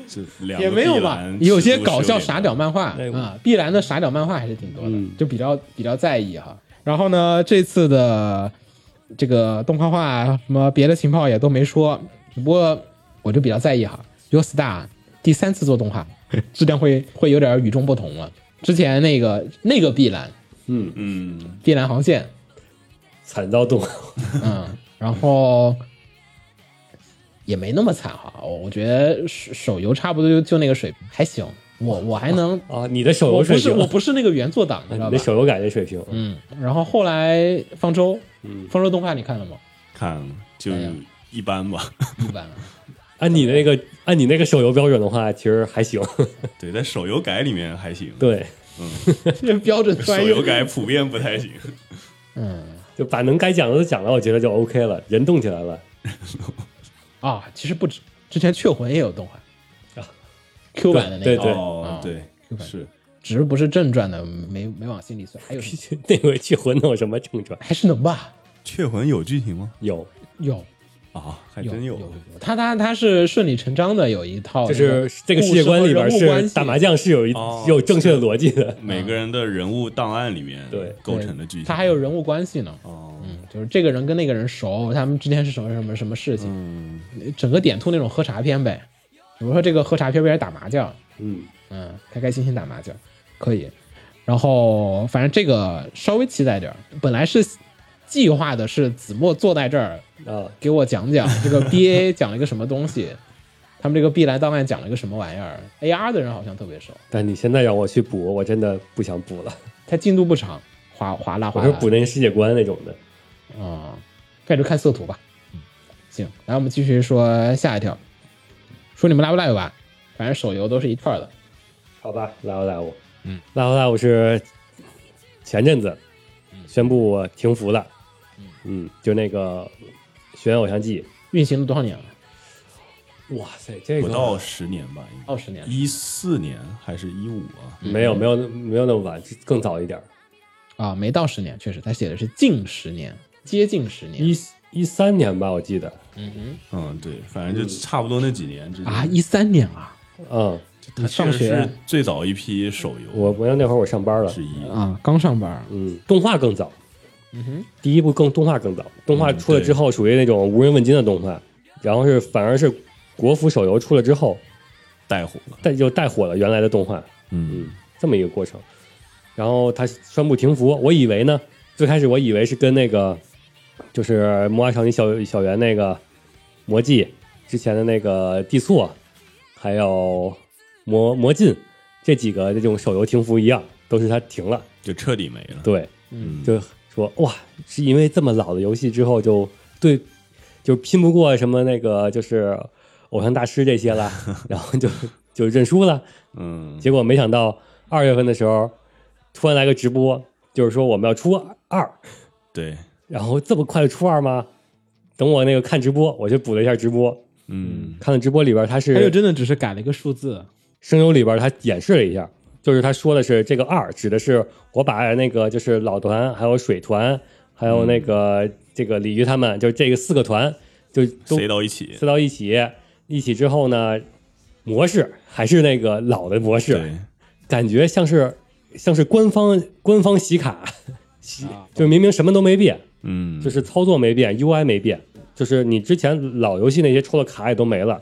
[SPEAKER 4] 是两个
[SPEAKER 3] 也没有
[SPEAKER 4] 碧
[SPEAKER 3] 吧
[SPEAKER 4] 蓝，
[SPEAKER 3] 有些
[SPEAKER 4] 尺度
[SPEAKER 3] 搞
[SPEAKER 4] 是
[SPEAKER 3] 笑
[SPEAKER 4] 有点
[SPEAKER 3] 傻屌漫画
[SPEAKER 2] 对
[SPEAKER 3] 啊，碧蓝的傻屌漫画还是挺多的
[SPEAKER 2] 嗯，
[SPEAKER 3] 就比较比较在意哈。然后呢，这次的这个动画化什么别的情报也都没说，只不过我就比较在意哈。U Star 第三次做动 画，质量会会有点与众不同了。啊之前那个那个碧蓝，
[SPEAKER 4] 嗯，
[SPEAKER 3] 碧蓝航线，
[SPEAKER 2] 惨遭冻，
[SPEAKER 3] 嗯，然后也没那么惨哈，我我觉得手手游差不多就就那个水平，还行。我我还能
[SPEAKER 2] 啊！你的手
[SPEAKER 3] 我
[SPEAKER 2] 游
[SPEAKER 3] 不
[SPEAKER 2] 水
[SPEAKER 3] 是
[SPEAKER 2] 平，
[SPEAKER 3] 我不是那个原作党，你知
[SPEAKER 2] 啊
[SPEAKER 3] 道
[SPEAKER 2] 你
[SPEAKER 3] 吧
[SPEAKER 2] 的？手游感觉水平，
[SPEAKER 3] 嗯，然后后来方舟，
[SPEAKER 2] 嗯
[SPEAKER 3] 方舟动画你看了吗？
[SPEAKER 4] 看了就
[SPEAKER 3] 哎呀
[SPEAKER 4] 一般吧。
[SPEAKER 2] 嗯
[SPEAKER 3] 一般啊，
[SPEAKER 2] 按你那个按你那个手游标准的话，其实还行。
[SPEAKER 4] 对，在手游改里面还行，
[SPEAKER 2] 对，
[SPEAKER 3] 这标准突
[SPEAKER 4] 手
[SPEAKER 3] 然
[SPEAKER 4] 游
[SPEAKER 3] 又
[SPEAKER 4] 改普遍不太行。
[SPEAKER 3] 嗯
[SPEAKER 2] 就把能该讲的都讲了，我觉得就 OK 了，人动起来了。
[SPEAKER 3] 啊，其实不止，之前雀魂也有动画，Q 版的那
[SPEAKER 2] 啊对
[SPEAKER 3] 个，
[SPEAKER 2] 对
[SPEAKER 4] 哦
[SPEAKER 3] 嗯，
[SPEAKER 4] 对，是
[SPEAKER 3] 只是不是正传的，没没往心里算，还有什么
[SPEAKER 2] 那回去魂弄什么正传？
[SPEAKER 3] 还是能吧，
[SPEAKER 4] 雀魂有剧情吗？
[SPEAKER 2] 有，
[SPEAKER 3] 有
[SPEAKER 4] 啊，还
[SPEAKER 3] 有
[SPEAKER 4] 真
[SPEAKER 3] 有，有他他他是顺理成章的有一套
[SPEAKER 2] 就
[SPEAKER 3] 哦那个故
[SPEAKER 2] 是
[SPEAKER 3] 事
[SPEAKER 2] 这
[SPEAKER 3] 和人物关系，
[SPEAKER 2] 个世界观里边是打麻将是有一
[SPEAKER 4] 哦
[SPEAKER 2] 有正确的逻辑的。
[SPEAKER 4] 每个人的人物档案里面
[SPEAKER 2] 对
[SPEAKER 4] 构成的剧情，
[SPEAKER 3] 他还有人物关系呢。
[SPEAKER 4] 哦，
[SPEAKER 3] 嗯，就是这个人跟那个人熟，他们之间是什么什么什么事情，
[SPEAKER 4] 嗯，
[SPEAKER 3] 整个点吐那种喝茶片呗。比如说这个喝茶片边打麻将，
[SPEAKER 2] 嗯，
[SPEAKER 3] 嗯，开开心心打麻将，可以。然后反正这个稍微期待点儿，本来是计划的是子墨坐在这儿
[SPEAKER 2] 啊，
[SPEAKER 3] 给我讲 讲这个 BA 讲了一个什么东西，他们这个碧蓝档案讲了一个什么玩意儿，AR 的人好像特别熟，
[SPEAKER 2] 但你现在让我去补，我真的不想补了。
[SPEAKER 3] 它进度不长，哗哗啦
[SPEAKER 2] 我
[SPEAKER 3] 哗
[SPEAKER 2] 是
[SPEAKER 3] 啦
[SPEAKER 2] 补那个世界观那种的。
[SPEAKER 3] 啊，那就看色图吧。行，来我们继续说下一条，说你们拉不拉有吧？反正手游都是一块儿的。
[SPEAKER 2] 好吧，拉欧拉欧，嗯，拉欧拉欧是前阵子宣布我停服了，嗯，就那个《学院偶像记
[SPEAKER 3] 运行了多少年了？》，
[SPEAKER 2] 哇塞，这
[SPEAKER 4] 不
[SPEAKER 2] 个
[SPEAKER 4] 到十年吧，应该
[SPEAKER 3] 二十年了。
[SPEAKER 4] 一四年还是一五啊？
[SPEAKER 2] 没有没有没有那么晚，更早一点儿，
[SPEAKER 3] 啊，没到十年，确实，他写的是近十年，接近十年
[SPEAKER 2] 一一三年吧，我记得，
[SPEAKER 4] 嗯，对，反正就差不多那几年之间
[SPEAKER 3] 啊，一三年啊，
[SPEAKER 2] 嗯，
[SPEAKER 4] 它
[SPEAKER 3] 上
[SPEAKER 4] 确实
[SPEAKER 3] 学
[SPEAKER 4] 是最早一批手游
[SPEAKER 2] 我我那那会儿我上班了，
[SPEAKER 4] 之一，
[SPEAKER 3] 啊，刚上班，
[SPEAKER 2] 嗯，动画更早，
[SPEAKER 3] 嗯哼，
[SPEAKER 2] 第一部更动画更早，动画
[SPEAKER 4] 嗯
[SPEAKER 2] 出了
[SPEAKER 4] 对
[SPEAKER 2] 之后属于那种无人问津的动画，然后是反而是国服手游出了之后
[SPEAKER 4] 带火了。
[SPEAKER 2] 带又带火了原来的动画，
[SPEAKER 4] 嗯，
[SPEAKER 2] 这么一个过程。然后他宣布停服，我以为呢，最开始我以为是跟那个就是《魔法少女小小圆》那个魔祭之前的那个地错，还有魔魔镜这几个这种手游停服一样，都是他停了。
[SPEAKER 4] 就彻底没了。
[SPEAKER 2] 对，
[SPEAKER 4] 嗯，
[SPEAKER 2] 就说哇，是因为这么老的游戏之后就对，就拼不过什么那个就是偶像大师这些了，然后就就认输了。
[SPEAKER 4] 嗯，
[SPEAKER 2] 结果没想到二月份的时候，突然来个直播，就是说我们要出二，
[SPEAKER 4] 对，
[SPEAKER 2] 然后这么快就出二吗？等我那个看直播，我就补了一下直播，
[SPEAKER 4] 嗯，
[SPEAKER 2] 看了直播里边他
[SPEAKER 3] 他就是真的只是改了一个数字，
[SPEAKER 2] 声优里边他演示了一下，就是他说的是这个二指的是我把那个就是老团还有水团还有那个、这个鲤鱼他们就是这个四个团就都啊
[SPEAKER 4] 塞到一起
[SPEAKER 2] 塞，到一起，一起之后呢，模式还是那个老的模式，
[SPEAKER 4] 对，
[SPEAKER 2] 感觉像是像是官方官方洗卡， 洗就明明什么都没变，
[SPEAKER 4] 嗯，
[SPEAKER 2] 就是操作没变，UI 没变，就是你之前老游戏那些抽的卡也都没了，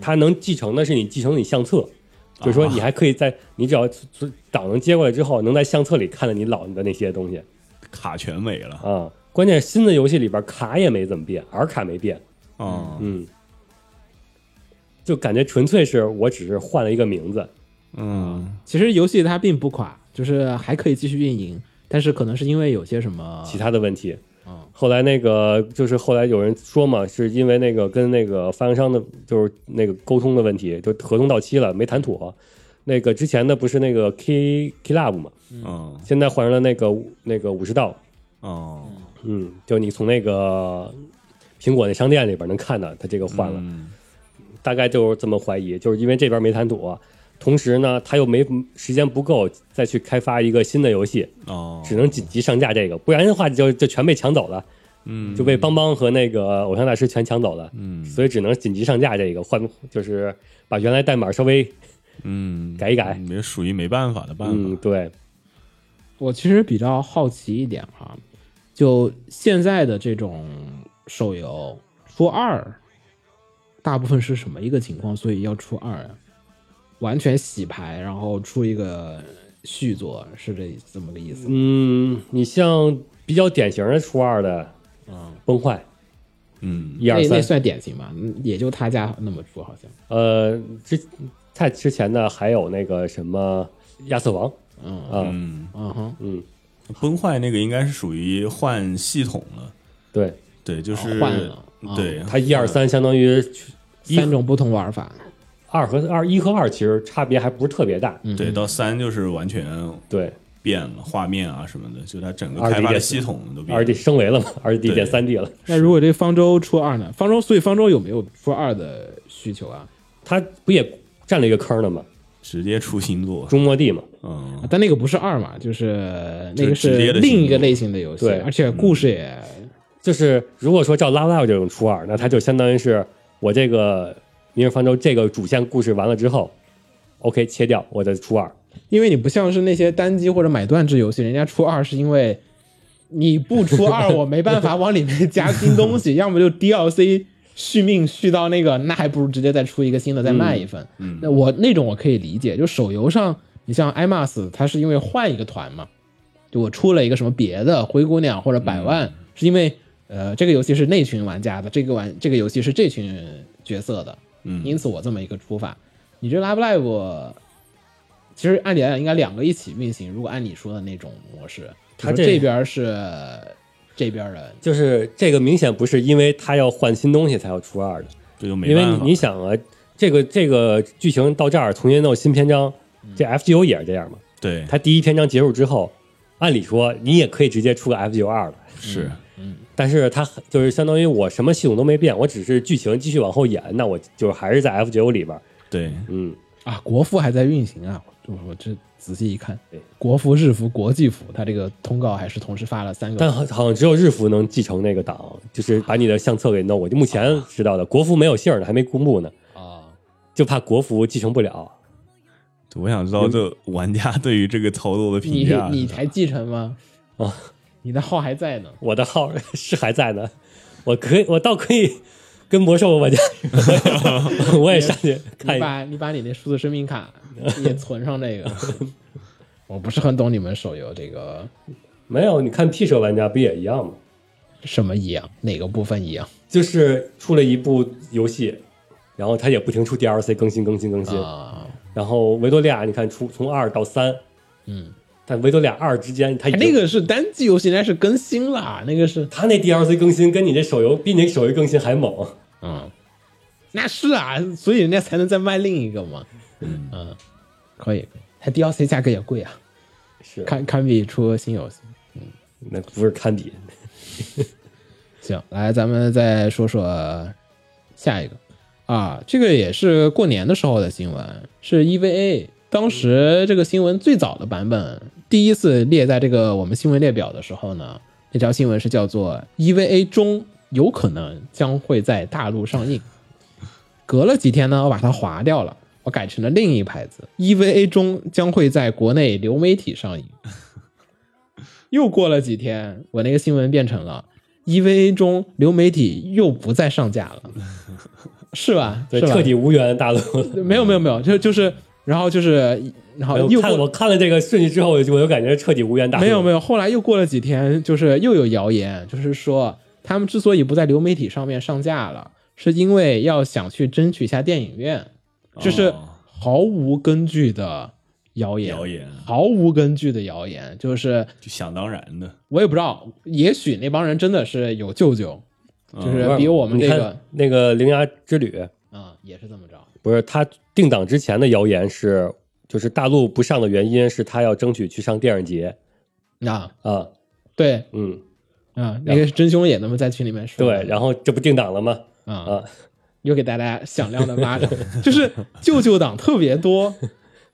[SPEAKER 2] 它能继承的是你继承你相册，就是说你还可以在你只要档能接过来之后，能在相册里看到你老的那些东西
[SPEAKER 4] 卡全没了
[SPEAKER 2] 啊。关键是新的游戏里边卡也没怎么变，R 卡没变，
[SPEAKER 4] 啊，
[SPEAKER 2] 嗯，就感觉纯粹是我只是换了一个名字，
[SPEAKER 4] 嗯，
[SPEAKER 3] 其实游戏它并不垮，就是还可以继续运营，但是可能是因为有些什么
[SPEAKER 2] 其他的问题。
[SPEAKER 3] 嗯
[SPEAKER 2] 后来那个就是后来有人说嘛，是因为那个跟那个发行商的，就是那个沟通的问题，就合同到期了没谈妥。那个之前的不是那个 K K Lab 嘛，
[SPEAKER 4] 嗯，
[SPEAKER 2] 现在换成了那个那个武士道，
[SPEAKER 4] 哦，
[SPEAKER 2] 嗯，就你从那个苹果那商店里边能看到他这个换了，
[SPEAKER 4] 嗯
[SPEAKER 2] 大概就是这么怀疑，就是因为这边没谈妥，同时呢他又没时间不够再去开发一个新的游戏，
[SPEAKER 4] 哦，
[SPEAKER 2] 只能紧急上架这个，不然的话就就全被抢走了。
[SPEAKER 4] 嗯
[SPEAKER 2] 就被邦邦和那个偶像大师全抢走了，
[SPEAKER 4] 嗯
[SPEAKER 2] 所以只能紧急上架这个换，就是把原来代码稍微
[SPEAKER 4] 嗯
[SPEAKER 2] 改一改
[SPEAKER 4] 也属于没办法的办
[SPEAKER 2] 嗯
[SPEAKER 4] 法。
[SPEAKER 2] 对，
[SPEAKER 3] 我其实比较好奇一点哈，就现在的这种手游出二，大部分是什么一个情况？所以要出二啊，完全洗牌，然后出一个续作，是这这么个意思吗？
[SPEAKER 2] 嗯，你像比较典型的初二的，嗯，崩坏
[SPEAKER 4] 嗯
[SPEAKER 2] 一二
[SPEAKER 3] 那那
[SPEAKER 2] 三，
[SPEAKER 3] 算典型吧，嗯也就他家那么出，好像。
[SPEAKER 2] 呃，之在之前的还有那个什么亚瑟王，
[SPEAKER 3] 嗯
[SPEAKER 2] 啊，
[SPEAKER 4] 嗯，
[SPEAKER 3] 嗯哼，
[SPEAKER 2] 嗯，
[SPEAKER 4] 崩坏那个应该是属于换系统了，
[SPEAKER 2] 对，
[SPEAKER 4] 对，
[SPEAKER 2] 哦
[SPEAKER 4] 就是
[SPEAKER 3] 换了啊
[SPEAKER 4] 对，
[SPEAKER 2] 它一二三相当于一
[SPEAKER 3] 三种不同玩法，
[SPEAKER 2] 二和二一和二其实差别还不是特别大，
[SPEAKER 4] 对，到三就是完全
[SPEAKER 2] 对，
[SPEAKER 4] 变了，画面啊什么的，就它整个开
[SPEAKER 2] 2D
[SPEAKER 4] 发的
[SPEAKER 2] 电
[SPEAKER 4] 系统都变
[SPEAKER 2] 二 D
[SPEAKER 4] 了。
[SPEAKER 2] 升维了嘛，二 D 变
[SPEAKER 4] 对
[SPEAKER 2] 三 D 了。
[SPEAKER 3] 那如果这方舟出二呢？方舟，所以方舟有没有出二的需求啊？
[SPEAKER 2] 它不也占了一个坑了吗？
[SPEAKER 4] 直接出新作，
[SPEAKER 2] 中末地嘛，
[SPEAKER 4] 嗯，
[SPEAKER 3] 啊但那个不是二嘛，就是那个
[SPEAKER 4] 就是直接
[SPEAKER 3] 是
[SPEAKER 4] 的
[SPEAKER 3] 另一
[SPEAKER 4] 进
[SPEAKER 3] 个
[SPEAKER 4] 入
[SPEAKER 3] 类型的游戏，
[SPEAKER 2] 对
[SPEAKER 3] 而且故事也
[SPEAKER 2] 就是如果说照拉拉这种初二，那它就相当于是我这个《明日方舟》这个主线故事完了之后，OK 切掉我的初二，
[SPEAKER 3] 因为你不像是那些单机或者买断制游戏，人家出二是因为你不出二，我没办法往里面加新东西，要么就 DLC 续命续到那个，那还不如直接再出一个新的再卖一份。嗯，那我那种我可以理解，就手游上，你像 IMAS，它是因为换一个团嘛，就我出了一个什么别的灰姑娘或者百万，是因为呃这个游戏是那群玩家的，这个玩这个游戏是这群角色的，嗯，因此我这么一个出法。你这 Live Live 其实按理来讲应该两个一起运行，如果按你说的那种模式，
[SPEAKER 2] 它
[SPEAKER 3] 就是
[SPEAKER 2] 这
[SPEAKER 3] 这边是这边的，
[SPEAKER 2] 就是这个明显不是因为它要换新东西才要初二的，
[SPEAKER 4] 这就没
[SPEAKER 2] 因为
[SPEAKER 4] 办
[SPEAKER 2] 你
[SPEAKER 4] 法。
[SPEAKER 2] 你想啊，这个这个剧情到这儿重新弄新篇章，
[SPEAKER 4] 嗯
[SPEAKER 2] 这 F 九也是这样嘛，
[SPEAKER 4] 对，
[SPEAKER 2] 它第一篇章结束之后，按理说你也可以直接出个 F 九二了。
[SPEAKER 4] 是
[SPEAKER 2] 嗯但是它就是相当于我什么系统都没变，我只是剧情继续往后演，那我就是还是在 F 九里边儿，
[SPEAKER 4] 对，
[SPEAKER 2] 嗯，
[SPEAKER 3] 啊，国服还在运行啊！我我这仔细一看
[SPEAKER 2] 对，
[SPEAKER 3] 国服、日服、国际服，它这个通告还是同时发了三
[SPEAKER 2] 但
[SPEAKER 3] 个。
[SPEAKER 2] 好好像只有日服能继承那个档，就是把你的相册给弄过去。目前知道的，国服没有信儿呢，还没公布呢，
[SPEAKER 3] 啊，
[SPEAKER 2] 就怕国服继承不了。
[SPEAKER 4] 我想知道这玩家对于这个操作的评
[SPEAKER 3] 你
[SPEAKER 4] 价。
[SPEAKER 3] 你才继承吗？
[SPEAKER 2] 啊，
[SPEAKER 3] 你的号还在呢。
[SPEAKER 2] 我的号是还在的，我可以，我倒可以跟魔兽玩家， 我也上去看
[SPEAKER 3] 你
[SPEAKER 2] 一下。
[SPEAKER 3] 把你把你那数字生命卡也存上这个。 我不是很懂你们手游这个
[SPEAKER 2] 没有，你看 P 社玩家不也一样吗？
[SPEAKER 3] 什么一样，哪个部分一样
[SPEAKER 2] 就是出了一部游戏，然后它也不停出 DLC 更新更新更新，
[SPEAKER 3] 啊？
[SPEAKER 2] 然后维多利亚你看出从二到三，
[SPEAKER 3] 嗯，
[SPEAKER 2] 但维多利亚二之间它已
[SPEAKER 3] 哎
[SPEAKER 2] 经
[SPEAKER 3] 那个是单机游戏，应该是更新啦，那个是
[SPEAKER 2] 它那 DLC 更新跟你这手游比你手游更新还猛，
[SPEAKER 3] 嗯，那是啊，所以人家才能再卖另一个嘛。嗯，可以，可以它 DLC 价格也贵啊，
[SPEAKER 2] 是
[SPEAKER 3] 堪堪比出新游戏。
[SPEAKER 2] 那不是堪比
[SPEAKER 3] 行，来，咱们再说说下一个啊，这个也是过年的时候的新闻，是 EVA。当时这个新闻最早的版本，第一次列在这个我们新闻列表的时候呢，那条新闻是叫做 EVA 中有可能将会在大陆上映。隔了几天呢，我把它划掉了，我改成了另一牌子 EVA 中将会在国内流媒体上映。 又过了几天，我那个新闻变成了 EVA 中流媒体又不再上架 了，是吧？
[SPEAKER 2] 对
[SPEAKER 3] 是吧
[SPEAKER 2] 彻底无缘大陆。
[SPEAKER 3] 没有没有没有，就就是，然后就是，然 后又
[SPEAKER 2] 我看
[SPEAKER 3] 过
[SPEAKER 2] 我看了这个顺序之后，我就我就感觉彻底无缘大陆。
[SPEAKER 3] 没有没
[SPEAKER 2] 有，
[SPEAKER 3] 有，后来又过了几天，就是又有谣言，就是说他们之所以不在流媒体上面上架了，是因为要想去争取一下电影院，这是
[SPEAKER 4] 哦
[SPEAKER 3] 毫无根据的谣言，
[SPEAKER 4] 谣言
[SPEAKER 3] 毫无根据的谣言，就是
[SPEAKER 4] 就想当然的，
[SPEAKER 3] 我也不知道，也许那帮人真的是有舅舅，就是比我们这
[SPEAKER 2] 你
[SPEAKER 3] 个
[SPEAKER 2] 看那个《铃芽之旅》，
[SPEAKER 3] 啊、也是这么着。
[SPEAKER 2] 不是他定档之前的谣言是，就是大陆不上的原因是他要争取去上电影节
[SPEAKER 3] 啊，
[SPEAKER 2] 啊，
[SPEAKER 3] 对
[SPEAKER 2] 嗯，
[SPEAKER 3] 啊，那个是真凶也那么在群里面说的，
[SPEAKER 2] 对，然后这不定档了吗？
[SPEAKER 3] 啊、
[SPEAKER 2] 啊，
[SPEAKER 3] 又给大家响亮的巴掌，就是舅舅党特别多，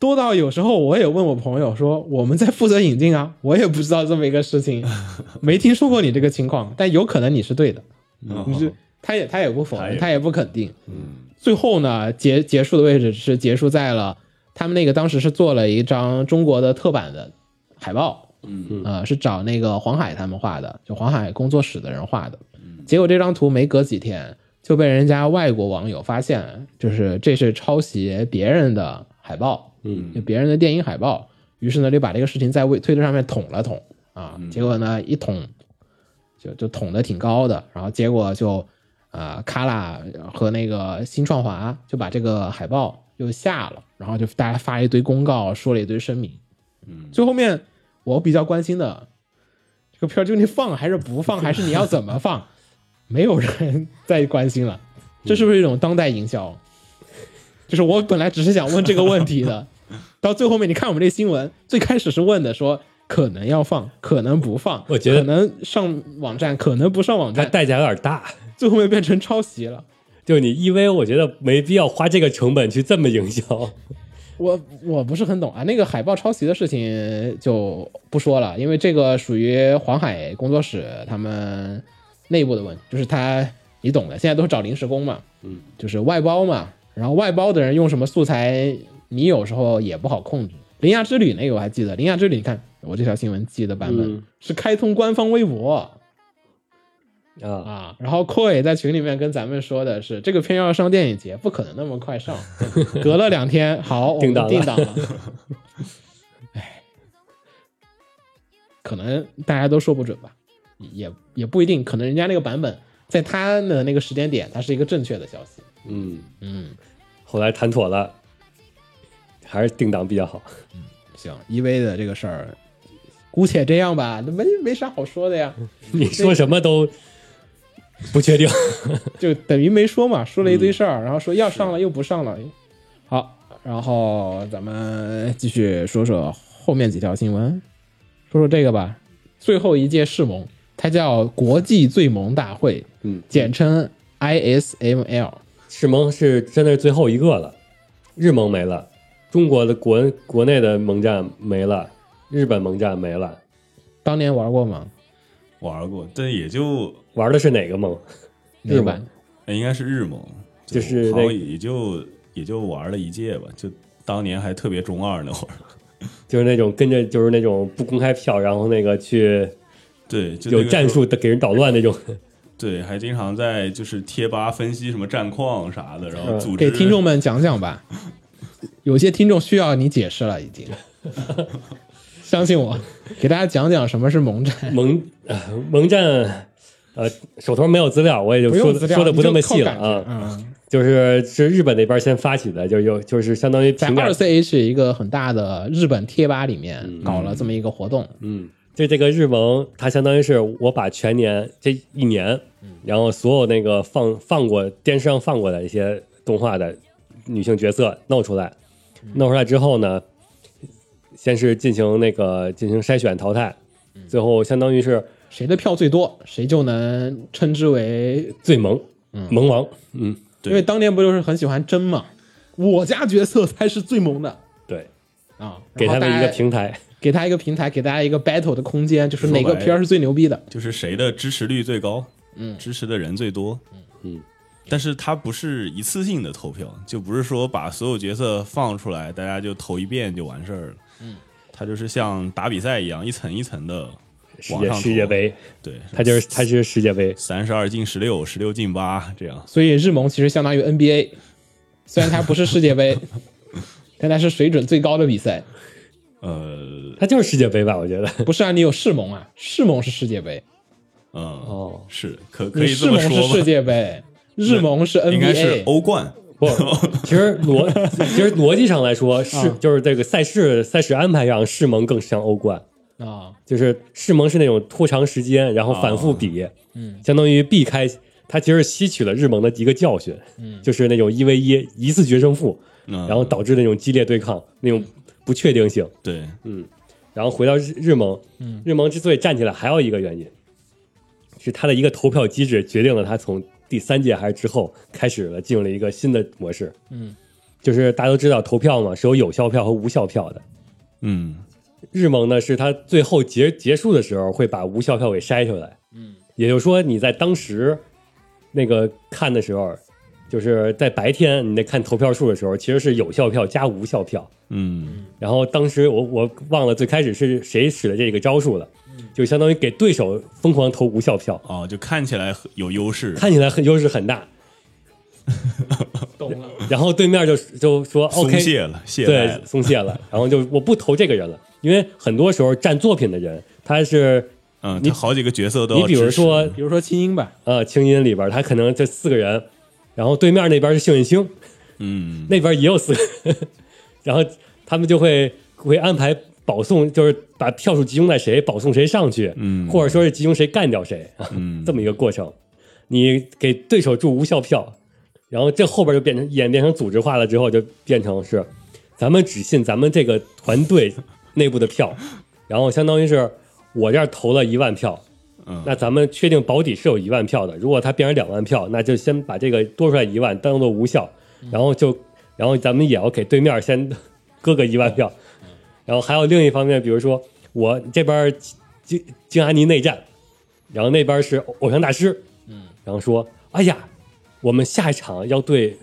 [SPEAKER 3] 多到有时候我也问我朋友说我们在负责引进啊，我也不知道这么一个事情，没听说过你这个情况，但有可能你是对的，你
[SPEAKER 4] 嗯
[SPEAKER 3] 是他也他也不否
[SPEAKER 4] 他
[SPEAKER 3] 认，
[SPEAKER 4] 也嗯
[SPEAKER 3] 他也不肯定，最后呢结结束的位置是结束在了他们那个当时是做了一张中国的特版的海报，
[SPEAKER 4] 嗯
[SPEAKER 3] 呃，是找那个黄海他们画的，就黄海工作室的人画的。
[SPEAKER 4] 嗯
[SPEAKER 3] 结果这张图没隔几天就被人家外国网友发现，就是这是抄袭别人的海报，
[SPEAKER 2] 嗯，
[SPEAKER 3] 就别人的电影海报。于是呢，就把这个事情在微推特上面捅了捅啊，
[SPEAKER 4] 嗯
[SPEAKER 3] 结果呢一捅就就捅的挺高的，然后结果就啊卡拉和那个新创华就把这个海报就下了，然后就大家发一堆公告，说了一堆声明。最后面我比较关心的这个片儿究竟放还是不放，还是你要怎么放，没有人 再关心了。这是不是一种当代营销？就是我本来只是想问这个问题的，到最后面你看我们这新闻，最开始是问的说可能要放，可能不放，
[SPEAKER 2] 我觉得
[SPEAKER 3] 可能上网站，可能不上网
[SPEAKER 2] 它
[SPEAKER 3] 站，
[SPEAKER 2] 代价有点大。
[SPEAKER 3] 最后面变成抄袭了。
[SPEAKER 2] 就你 EV，我觉得没必要花这个成本去这么营销。
[SPEAKER 3] 我我不是很懂啊，那个海报抄袭的事情就不说了，因为这个属于黄海工作室他们内部的问题，就是他你懂的，现在都是找临时工嘛，嗯，就是外包嘛，然后外包的人用什么素材，你有时候也不好控制。《铃芽之旅》那个我还记得，《铃芽之旅》你看我这条新闻记的版本、
[SPEAKER 2] 嗯
[SPEAKER 3] 是开通官方微博，
[SPEAKER 2] 啊，
[SPEAKER 3] 啊，然后阔也在群里面跟咱们说的是，这个片要上电影节，不可能那么快 上，隔了两天，好，我们
[SPEAKER 2] 定档了
[SPEAKER 3] 定档 了。哎可能大家都说不准吧，也也不一定，可能人家那个版本在他的那个时间点，它是一个正确的消息。
[SPEAKER 2] 嗯，
[SPEAKER 3] 嗯，
[SPEAKER 2] 后来谈妥了，还是定档比较好。
[SPEAKER 3] 行，EV 的这个事儿，姑且这样吧，那没没啥好说的呀，
[SPEAKER 4] 嗯
[SPEAKER 2] 你说什么都 不确定。
[SPEAKER 3] 就等于没说嘛，说了一
[SPEAKER 2] 嗯
[SPEAKER 3] 堆事儿，然后说要上了又不上了。好，然后咱们继续说说后面几条新闻，说说这个吧。最后一届世盟，它叫国际最盟大会，
[SPEAKER 2] 嗯，
[SPEAKER 3] 简称 ISML。
[SPEAKER 2] 世盟是真的是最后一个了，日盟没了，中国的国国内的盟站没了，日本盟站没了，
[SPEAKER 3] 当年玩过吗？
[SPEAKER 4] 玩过，但也就
[SPEAKER 2] 玩的是哪个盟？
[SPEAKER 3] 那
[SPEAKER 2] 日
[SPEAKER 3] 个
[SPEAKER 2] 盟
[SPEAKER 3] 版
[SPEAKER 4] 应该是日盟，
[SPEAKER 2] 就是
[SPEAKER 4] 好像
[SPEAKER 2] 那
[SPEAKER 4] 也就也就玩了一届吧，就当年还特别中二那会儿，
[SPEAKER 2] 就是那种跟着就是那种不公开票，然后那个去
[SPEAKER 4] 对，就那个时候
[SPEAKER 2] 有战术的给人捣乱那种。
[SPEAKER 4] 对，还经常在就是贴吧分析什么战况啥的，然后组织
[SPEAKER 3] 给听众们讲讲吧。有些听众需要你解释了，已 经。相信我，给大家讲讲什么是萌战。
[SPEAKER 2] 蒙呃蒙战，呃，手头没有资料，我也就说
[SPEAKER 3] 用
[SPEAKER 2] 的
[SPEAKER 3] 资料，
[SPEAKER 2] 说的不
[SPEAKER 3] 你就
[SPEAKER 2] 那么
[SPEAKER 3] 靠
[SPEAKER 2] 细了
[SPEAKER 3] 感觉
[SPEAKER 2] 啊。
[SPEAKER 3] 嗯，
[SPEAKER 2] 就是是日本那边先发起的，就有就是相当于
[SPEAKER 3] 在
[SPEAKER 2] 评价
[SPEAKER 3] 二 CH 一个很大的日本贴吧里
[SPEAKER 4] 嗯
[SPEAKER 3] 面搞了这么一个活动，
[SPEAKER 2] 嗯，就这个日盟，它相当于是我把全年这一年，
[SPEAKER 3] 嗯
[SPEAKER 2] 然后所有那个放放过电视上放过的一些动画的女性角色弄出来，
[SPEAKER 3] 嗯
[SPEAKER 2] 弄出来之后呢，先是进行那个进行筛选淘汰，
[SPEAKER 3] 嗯
[SPEAKER 2] 最后相当于是
[SPEAKER 3] 谁的票最多，谁就能称之为。
[SPEAKER 2] 最萌萌王，嗯，
[SPEAKER 4] 对
[SPEAKER 3] 因为当年不就是很喜欢争嘛，我家角色才是最萌的
[SPEAKER 2] 对，
[SPEAKER 3] 啊，
[SPEAKER 2] 给他
[SPEAKER 3] 然后
[SPEAKER 2] 们
[SPEAKER 3] 大
[SPEAKER 2] 一个
[SPEAKER 3] 家，
[SPEAKER 2] 平台，
[SPEAKER 3] 给他一个平台，给大家一个 battle 的空间，就是哪
[SPEAKER 4] 说
[SPEAKER 3] 个
[SPEAKER 4] 白了
[SPEAKER 3] 片儿是最牛逼的。
[SPEAKER 4] 就是谁的支持率最高，嗯，支持的人最多，嗯但是它不是一次性的投票，就不是说把所有角色放出来，大家就投一遍就完事儿了，嗯，它就是像打比赛一样，一层一层的
[SPEAKER 2] 世
[SPEAKER 4] 往
[SPEAKER 2] 界
[SPEAKER 4] 上
[SPEAKER 2] 世界
[SPEAKER 4] 投，
[SPEAKER 2] 杯，
[SPEAKER 4] 对，
[SPEAKER 2] 它就是它是世界杯，
[SPEAKER 4] 三十二进十六，十六进八这样，
[SPEAKER 3] 所以日盟其实相当于 NBA，虽然它不是世界 杯，但它是水准最高的比赛。
[SPEAKER 4] 呃
[SPEAKER 2] 它就是世界杯吧？我觉得，
[SPEAKER 3] 不是啊，你有世盟啊，世盟是世界杯，
[SPEAKER 4] 嗯
[SPEAKER 2] 哦，
[SPEAKER 4] 是可可
[SPEAKER 3] 你
[SPEAKER 4] 以
[SPEAKER 3] 世
[SPEAKER 4] 这么
[SPEAKER 3] 盟是
[SPEAKER 4] 说
[SPEAKER 3] 世
[SPEAKER 4] 吧，
[SPEAKER 3] 界杯，日盟是
[SPEAKER 4] 应该
[SPEAKER 3] NBA。
[SPEAKER 4] 是欧冠，
[SPEAKER 2] 不， 其实逻其实逻辑上来说是、就是这个赛事赛事安排上，世盟更像欧冠，
[SPEAKER 3] 啊，
[SPEAKER 2] 就是世盟是那种拖长时间，然后反复比，哦嗯，相当于避开它其实吸取了日盟的一个教训，嗯，就是那种一 v 一一次决胜负，
[SPEAKER 4] 嗯，
[SPEAKER 2] 然后导致那种激烈对抗，那种不确定性。
[SPEAKER 4] 对，
[SPEAKER 2] 然后回到日日盟，日盟之所以站起来，还有一个原因是它的一个投票机制决定了它从第三届还是之后开始了进入了一个新的模式。嗯，就是大家都知道投票嘛是有有效票和无效票的。
[SPEAKER 4] 嗯。
[SPEAKER 2] 日盟呢是它最后结结束的时候会把无效票给筛出来。嗯，也就是说你在当时那个看的时候，就是在白天你在看投票数的时候，其实是有效票加无效票。
[SPEAKER 4] 嗯
[SPEAKER 2] 然后当时我我忘了最开始是谁使的这个招数了，就相当于给对手疯狂投无效票，
[SPEAKER 4] 哦，就看起来很有优势，
[SPEAKER 2] 看起来很优势很大，
[SPEAKER 3] 懂了。
[SPEAKER 2] 然后对面就就说 OK，
[SPEAKER 4] 松懈了，懈怠
[SPEAKER 2] 对
[SPEAKER 4] 了，
[SPEAKER 2] 松懈了，然后就我不投这个人了，因为很多时候占作品的人他是
[SPEAKER 4] 嗯，
[SPEAKER 2] 你
[SPEAKER 4] 他好几个角色都
[SPEAKER 2] 你
[SPEAKER 4] 要
[SPEAKER 2] 比如
[SPEAKER 4] 支持
[SPEAKER 2] 说
[SPEAKER 3] 比如说清音吧，
[SPEAKER 2] 呃清音里边他可能这四个人，然后对面那边是幸运星，
[SPEAKER 4] 嗯
[SPEAKER 2] 那边也有四个人， 然后他们就会会安排保送，就是把票数集中在谁，保送谁上去，
[SPEAKER 4] 嗯
[SPEAKER 2] 或者说是集中谁干掉谁，啊
[SPEAKER 4] 嗯
[SPEAKER 2] 这么一个过程。你给对手注无效票，然后这后边就变成演变成组织化了，之后就变成是咱们只信咱们这个团队内部的票，然后相当于是我这儿投了一万票。
[SPEAKER 4] 嗯
[SPEAKER 2] 那咱们确定保底是有一万票的，如果它变成两万票，那就先把这个多出来一万当做无效，
[SPEAKER 4] 嗯
[SPEAKER 2] 然后就，然后咱们也要给对面先割个一万票，
[SPEAKER 4] 嗯
[SPEAKER 2] 然后还有另一方面，比如说我这边儿京京安尼内战，然后那边是偶像大师，嗯，然后说，哎呀，我们下一场要对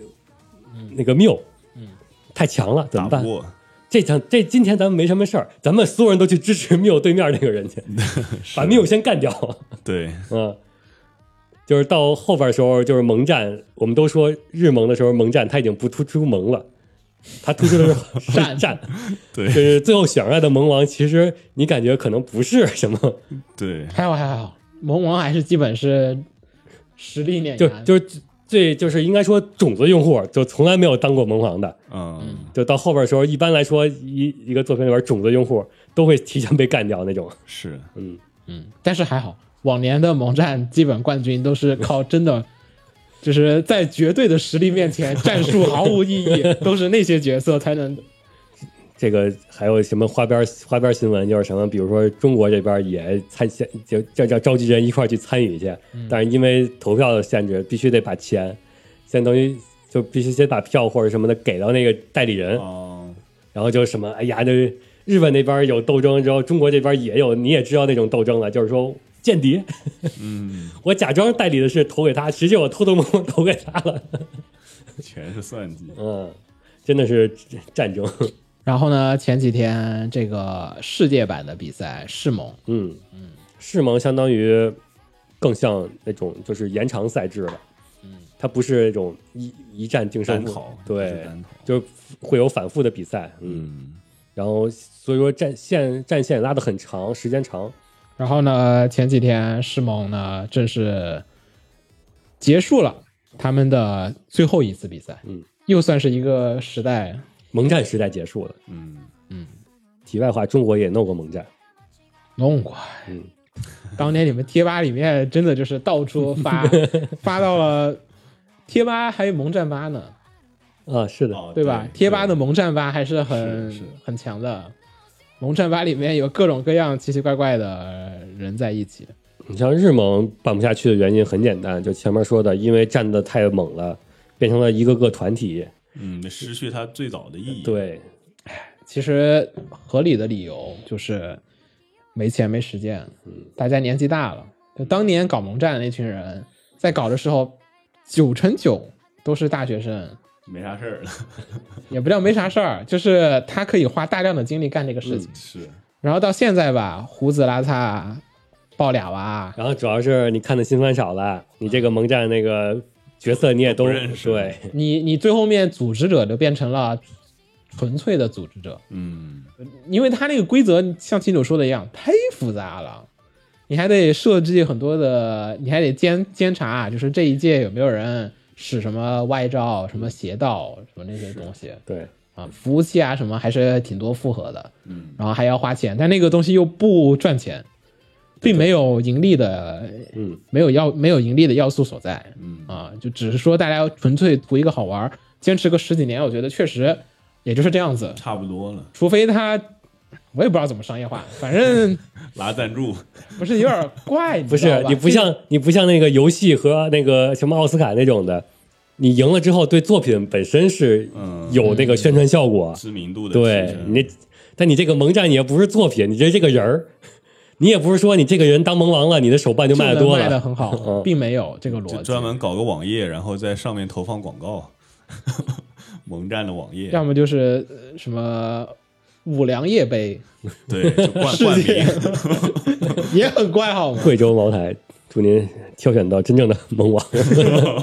[SPEAKER 2] 那个缪，嗯，太强了，怎
[SPEAKER 4] 打
[SPEAKER 2] 么
[SPEAKER 4] 不
[SPEAKER 2] 办？
[SPEAKER 4] 过，
[SPEAKER 2] 这场这今天咱们没什么事儿，咱们所有人都去支持缪对面那个人去， 把缪先干掉，
[SPEAKER 4] 对，
[SPEAKER 2] 嗯。就是到后边的时候，就是盟战，我们都说日盟的时候，盟战它已经不突出盟了，它突出的是
[SPEAKER 3] 战
[SPEAKER 2] 战，就
[SPEAKER 4] 对
[SPEAKER 2] 是最后选出来的盟王，其实你感觉可能不是什么
[SPEAKER 4] 对，
[SPEAKER 3] 还好还好，萌王还是基本是实力碾
[SPEAKER 2] 就
[SPEAKER 3] 压。
[SPEAKER 2] 就是最就是应该说种子用户就从来没有当过萌王的，
[SPEAKER 4] 嗯，
[SPEAKER 2] 就到后边的时候，一般来说一一个作品里边种子用户都会提前被干掉那种。
[SPEAKER 4] 是，
[SPEAKER 3] 嗯，但是还好，往年的萌战基本冠军都是靠真的， 就是在绝对的实力面前，战术毫无意义，都是那些角色才能
[SPEAKER 2] 这个还有什么花边花边新闻，就是什么，比如说中国这边也参现就叫叫召集人一块儿去参与去，但是因为投票的限制，必须得把钱，相当于就必须先把票或者什么的给到那个代理人，
[SPEAKER 4] 哦，
[SPEAKER 2] 然后就什么，哎呀，这日本那边有斗争，之后中国这边也有，你也知道那种斗争了，就是说间谍，嗯， 我假装代理的是投给他，实际我偷偷摸摸投给他了，
[SPEAKER 4] 全是算计，
[SPEAKER 2] 嗯，真的是战争。
[SPEAKER 3] 然后呢，前几天这个世界版的比赛，世盟
[SPEAKER 2] 嗯嗯，世盟相当于更像那种就是延长赛制了。嗯，它不是那种一一战定胜
[SPEAKER 4] 单
[SPEAKER 2] 负
[SPEAKER 4] 考，是
[SPEAKER 2] 对，
[SPEAKER 4] 单考，
[SPEAKER 2] 就是会有反复的比赛。嗯，
[SPEAKER 4] 嗯，
[SPEAKER 2] 然后所以说战线战线拉得很长，时间长。
[SPEAKER 3] 然后呢，前几天世盟呢正式结束了他们的最后一次比赛，
[SPEAKER 2] 嗯，
[SPEAKER 3] 又算是一个时代，
[SPEAKER 2] 盟战时代结束了。
[SPEAKER 4] 嗯，
[SPEAKER 2] 题外话，中国也弄过盟战，
[SPEAKER 3] 弄过。
[SPEAKER 2] 嗯，
[SPEAKER 3] 当年你们贴吧里面真的就是到处 发，发到了贴吧还有萌战吧呢，
[SPEAKER 2] 啊，是的，
[SPEAKER 4] 哦
[SPEAKER 3] 对吧？贴吧的
[SPEAKER 4] 对
[SPEAKER 3] 萌战吧还是很
[SPEAKER 4] 是是
[SPEAKER 3] 很强的，萌战吧里面有各种各样奇奇怪怪的人在一起。
[SPEAKER 2] 你像日盟办不下去的原因很简单，就前面说的，因为战的太猛了，变成了一个个团体。
[SPEAKER 4] 嗯，失去它最早的意义，，
[SPEAKER 2] 对，
[SPEAKER 3] 其实合理的理由就是没钱没时间，
[SPEAKER 4] 嗯
[SPEAKER 3] 大家年纪大了。就当年搞萌战的那群人，在搞的时候，九成九都是大学生，
[SPEAKER 4] 没啥事儿了，
[SPEAKER 3] 也不叫没啥事儿，就是他可以花大量的精力干这个
[SPEAKER 4] 嗯
[SPEAKER 3] 事
[SPEAKER 2] 嗯
[SPEAKER 3] 情。
[SPEAKER 4] 是，
[SPEAKER 3] 然后到现在吧，胡子拉碴，抱俩娃，
[SPEAKER 2] 然后主要是你看的新番少了，你这个盟战那个角色你也都
[SPEAKER 4] 都不认识
[SPEAKER 2] 对，
[SPEAKER 3] 你你最后面组织者就变成了纯粹的组织者，
[SPEAKER 4] 嗯，
[SPEAKER 3] 因为他那个规则像秦九说的一样，太复杂了。你还得设计很多的，你还得监监察，啊就是这一届有没有人使什么歪招、什么邪道、什么那些东西
[SPEAKER 2] 对，
[SPEAKER 3] 啊，服务器啊什么还是挺多复合的，
[SPEAKER 4] 嗯，
[SPEAKER 3] 然后还要花钱，但那个东西又不赚钱，并没有盈利的，
[SPEAKER 2] 嗯，
[SPEAKER 3] 没有要没有盈利的要素所在，
[SPEAKER 4] 嗯
[SPEAKER 3] 啊，就只是说大家纯粹图一个好玩儿，坚持个十几年，我觉得确实也就是这样子，
[SPEAKER 4] 差不多了，
[SPEAKER 3] 除非他，我也不知道怎么商业化，反正
[SPEAKER 4] 拉赞助，
[SPEAKER 3] 不是有点怪，
[SPEAKER 2] 不是你不
[SPEAKER 3] 像。
[SPEAKER 2] 像你不像那个游戏和那个什么奥斯卡那种的，你赢了之后对作品本身是
[SPEAKER 4] 嗯，
[SPEAKER 2] 有那个宣传效果，
[SPEAKER 4] 知名嗯度的提
[SPEAKER 2] 对
[SPEAKER 4] 升，
[SPEAKER 2] 你这，但你这个萌战也不是作品，你这这个人儿，你也不是说你这个人当萌王了，你的手嗯办就卖
[SPEAKER 3] 的
[SPEAKER 2] 得多
[SPEAKER 3] 卖的
[SPEAKER 2] 了。
[SPEAKER 3] 很好，并没有这个逻
[SPEAKER 4] 就
[SPEAKER 3] 辑。
[SPEAKER 4] 专门搞个网页，然后在上面投放广 告，啊萌战的网页，
[SPEAKER 3] 要么就是呃什么五粮液杯，
[SPEAKER 4] 对，就冠
[SPEAKER 3] 世
[SPEAKER 4] 冠
[SPEAKER 3] 界
[SPEAKER 4] 名，
[SPEAKER 3] 也很怪好吗？
[SPEAKER 2] 贵州茅台，祝您挑选到真正的萌王。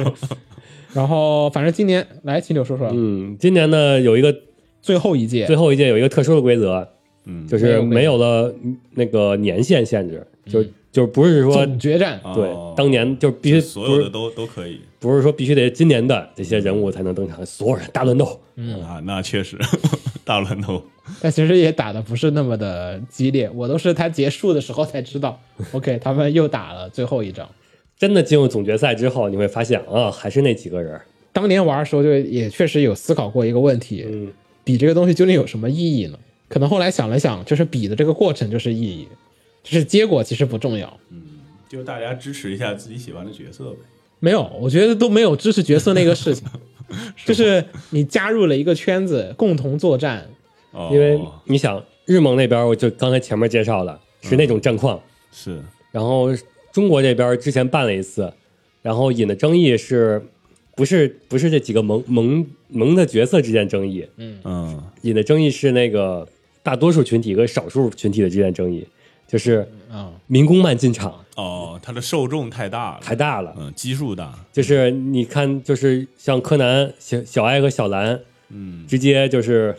[SPEAKER 3] 然后反正今年来秦柳说说
[SPEAKER 2] 嗯，今年呢有一个
[SPEAKER 3] 最后一届
[SPEAKER 2] 最，后一届有一个特殊的规则，
[SPEAKER 4] 嗯，
[SPEAKER 2] 就是没有了那个年限限制，就就不是说
[SPEAKER 3] 总决战，
[SPEAKER 2] 对
[SPEAKER 4] 嗯哦
[SPEAKER 2] 当年就必须
[SPEAKER 4] 就所有
[SPEAKER 2] 不
[SPEAKER 4] 的
[SPEAKER 2] 是
[SPEAKER 4] 都都可以
[SPEAKER 2] 不是说必须得今年的这些人物才能登场，所有人大乱斗。
[SPEAKER 3] 嗯
[SPEAKER 4] 啊，那确实大乱斗，
[SPEAKER 3] 但其实也打的不是那么的激烈，我都是他结束的时候才知 道，OK，他们又打了最后一仗。
[SPEAKER 2] 真的进入总决赛之后，你会发现啊，还是那几个人儿。
[SPEAKER 3] 当年玩的时候就也确实有思考过一个问题，
[SPEAKER 2] 嗯
[SPEAKER 3] 比这个东西究竟有什么意义呢？可能后来想了想，就是比的这个过程就是意义，就是结果其实不重要。
[SPEAKER 4] 就大家支持一下自己喜欢的角色呗，
[SPEAKER 3] 没有，我觉得都没有支持角色那个事 情， 就是你加入了一个圈子，共同作战，
[SPEAKER 4] 哦，
[SPEAKER 2] 因为你想日盟那边儿，我就刚才前面介绍了
[SPEAKER 4] 嗯
[SPEAKER 2] 是那种战况，
[SPEAKER 4] 是
[SPEAKER 2] 然后中国这边儿之前办了一次，然后引的争议是不是不是这几个萌萌萌的角色之间争议，
[SPEAKER 4] 嗯
[SPEAKER 2] 引的争议是那个大多数群体和少数群体的之间争议，就是
[SPEAKER 3] 啊、
[SPEAKER 2] 民工漫进场
[SPEAKER 4] 哦，它的受众太大
[SPEAKER 2] 太
[SPEAKER 4] 了，
[SPEAKER 2] 大了，
[SPEAKER 4] 嗯，基数大，
[SPEAKER 2] 就是你看，就是像柯南、小小爱和小兰，
[SPEAKER 4] 嗯，
[SPEAKER 2] 直接就是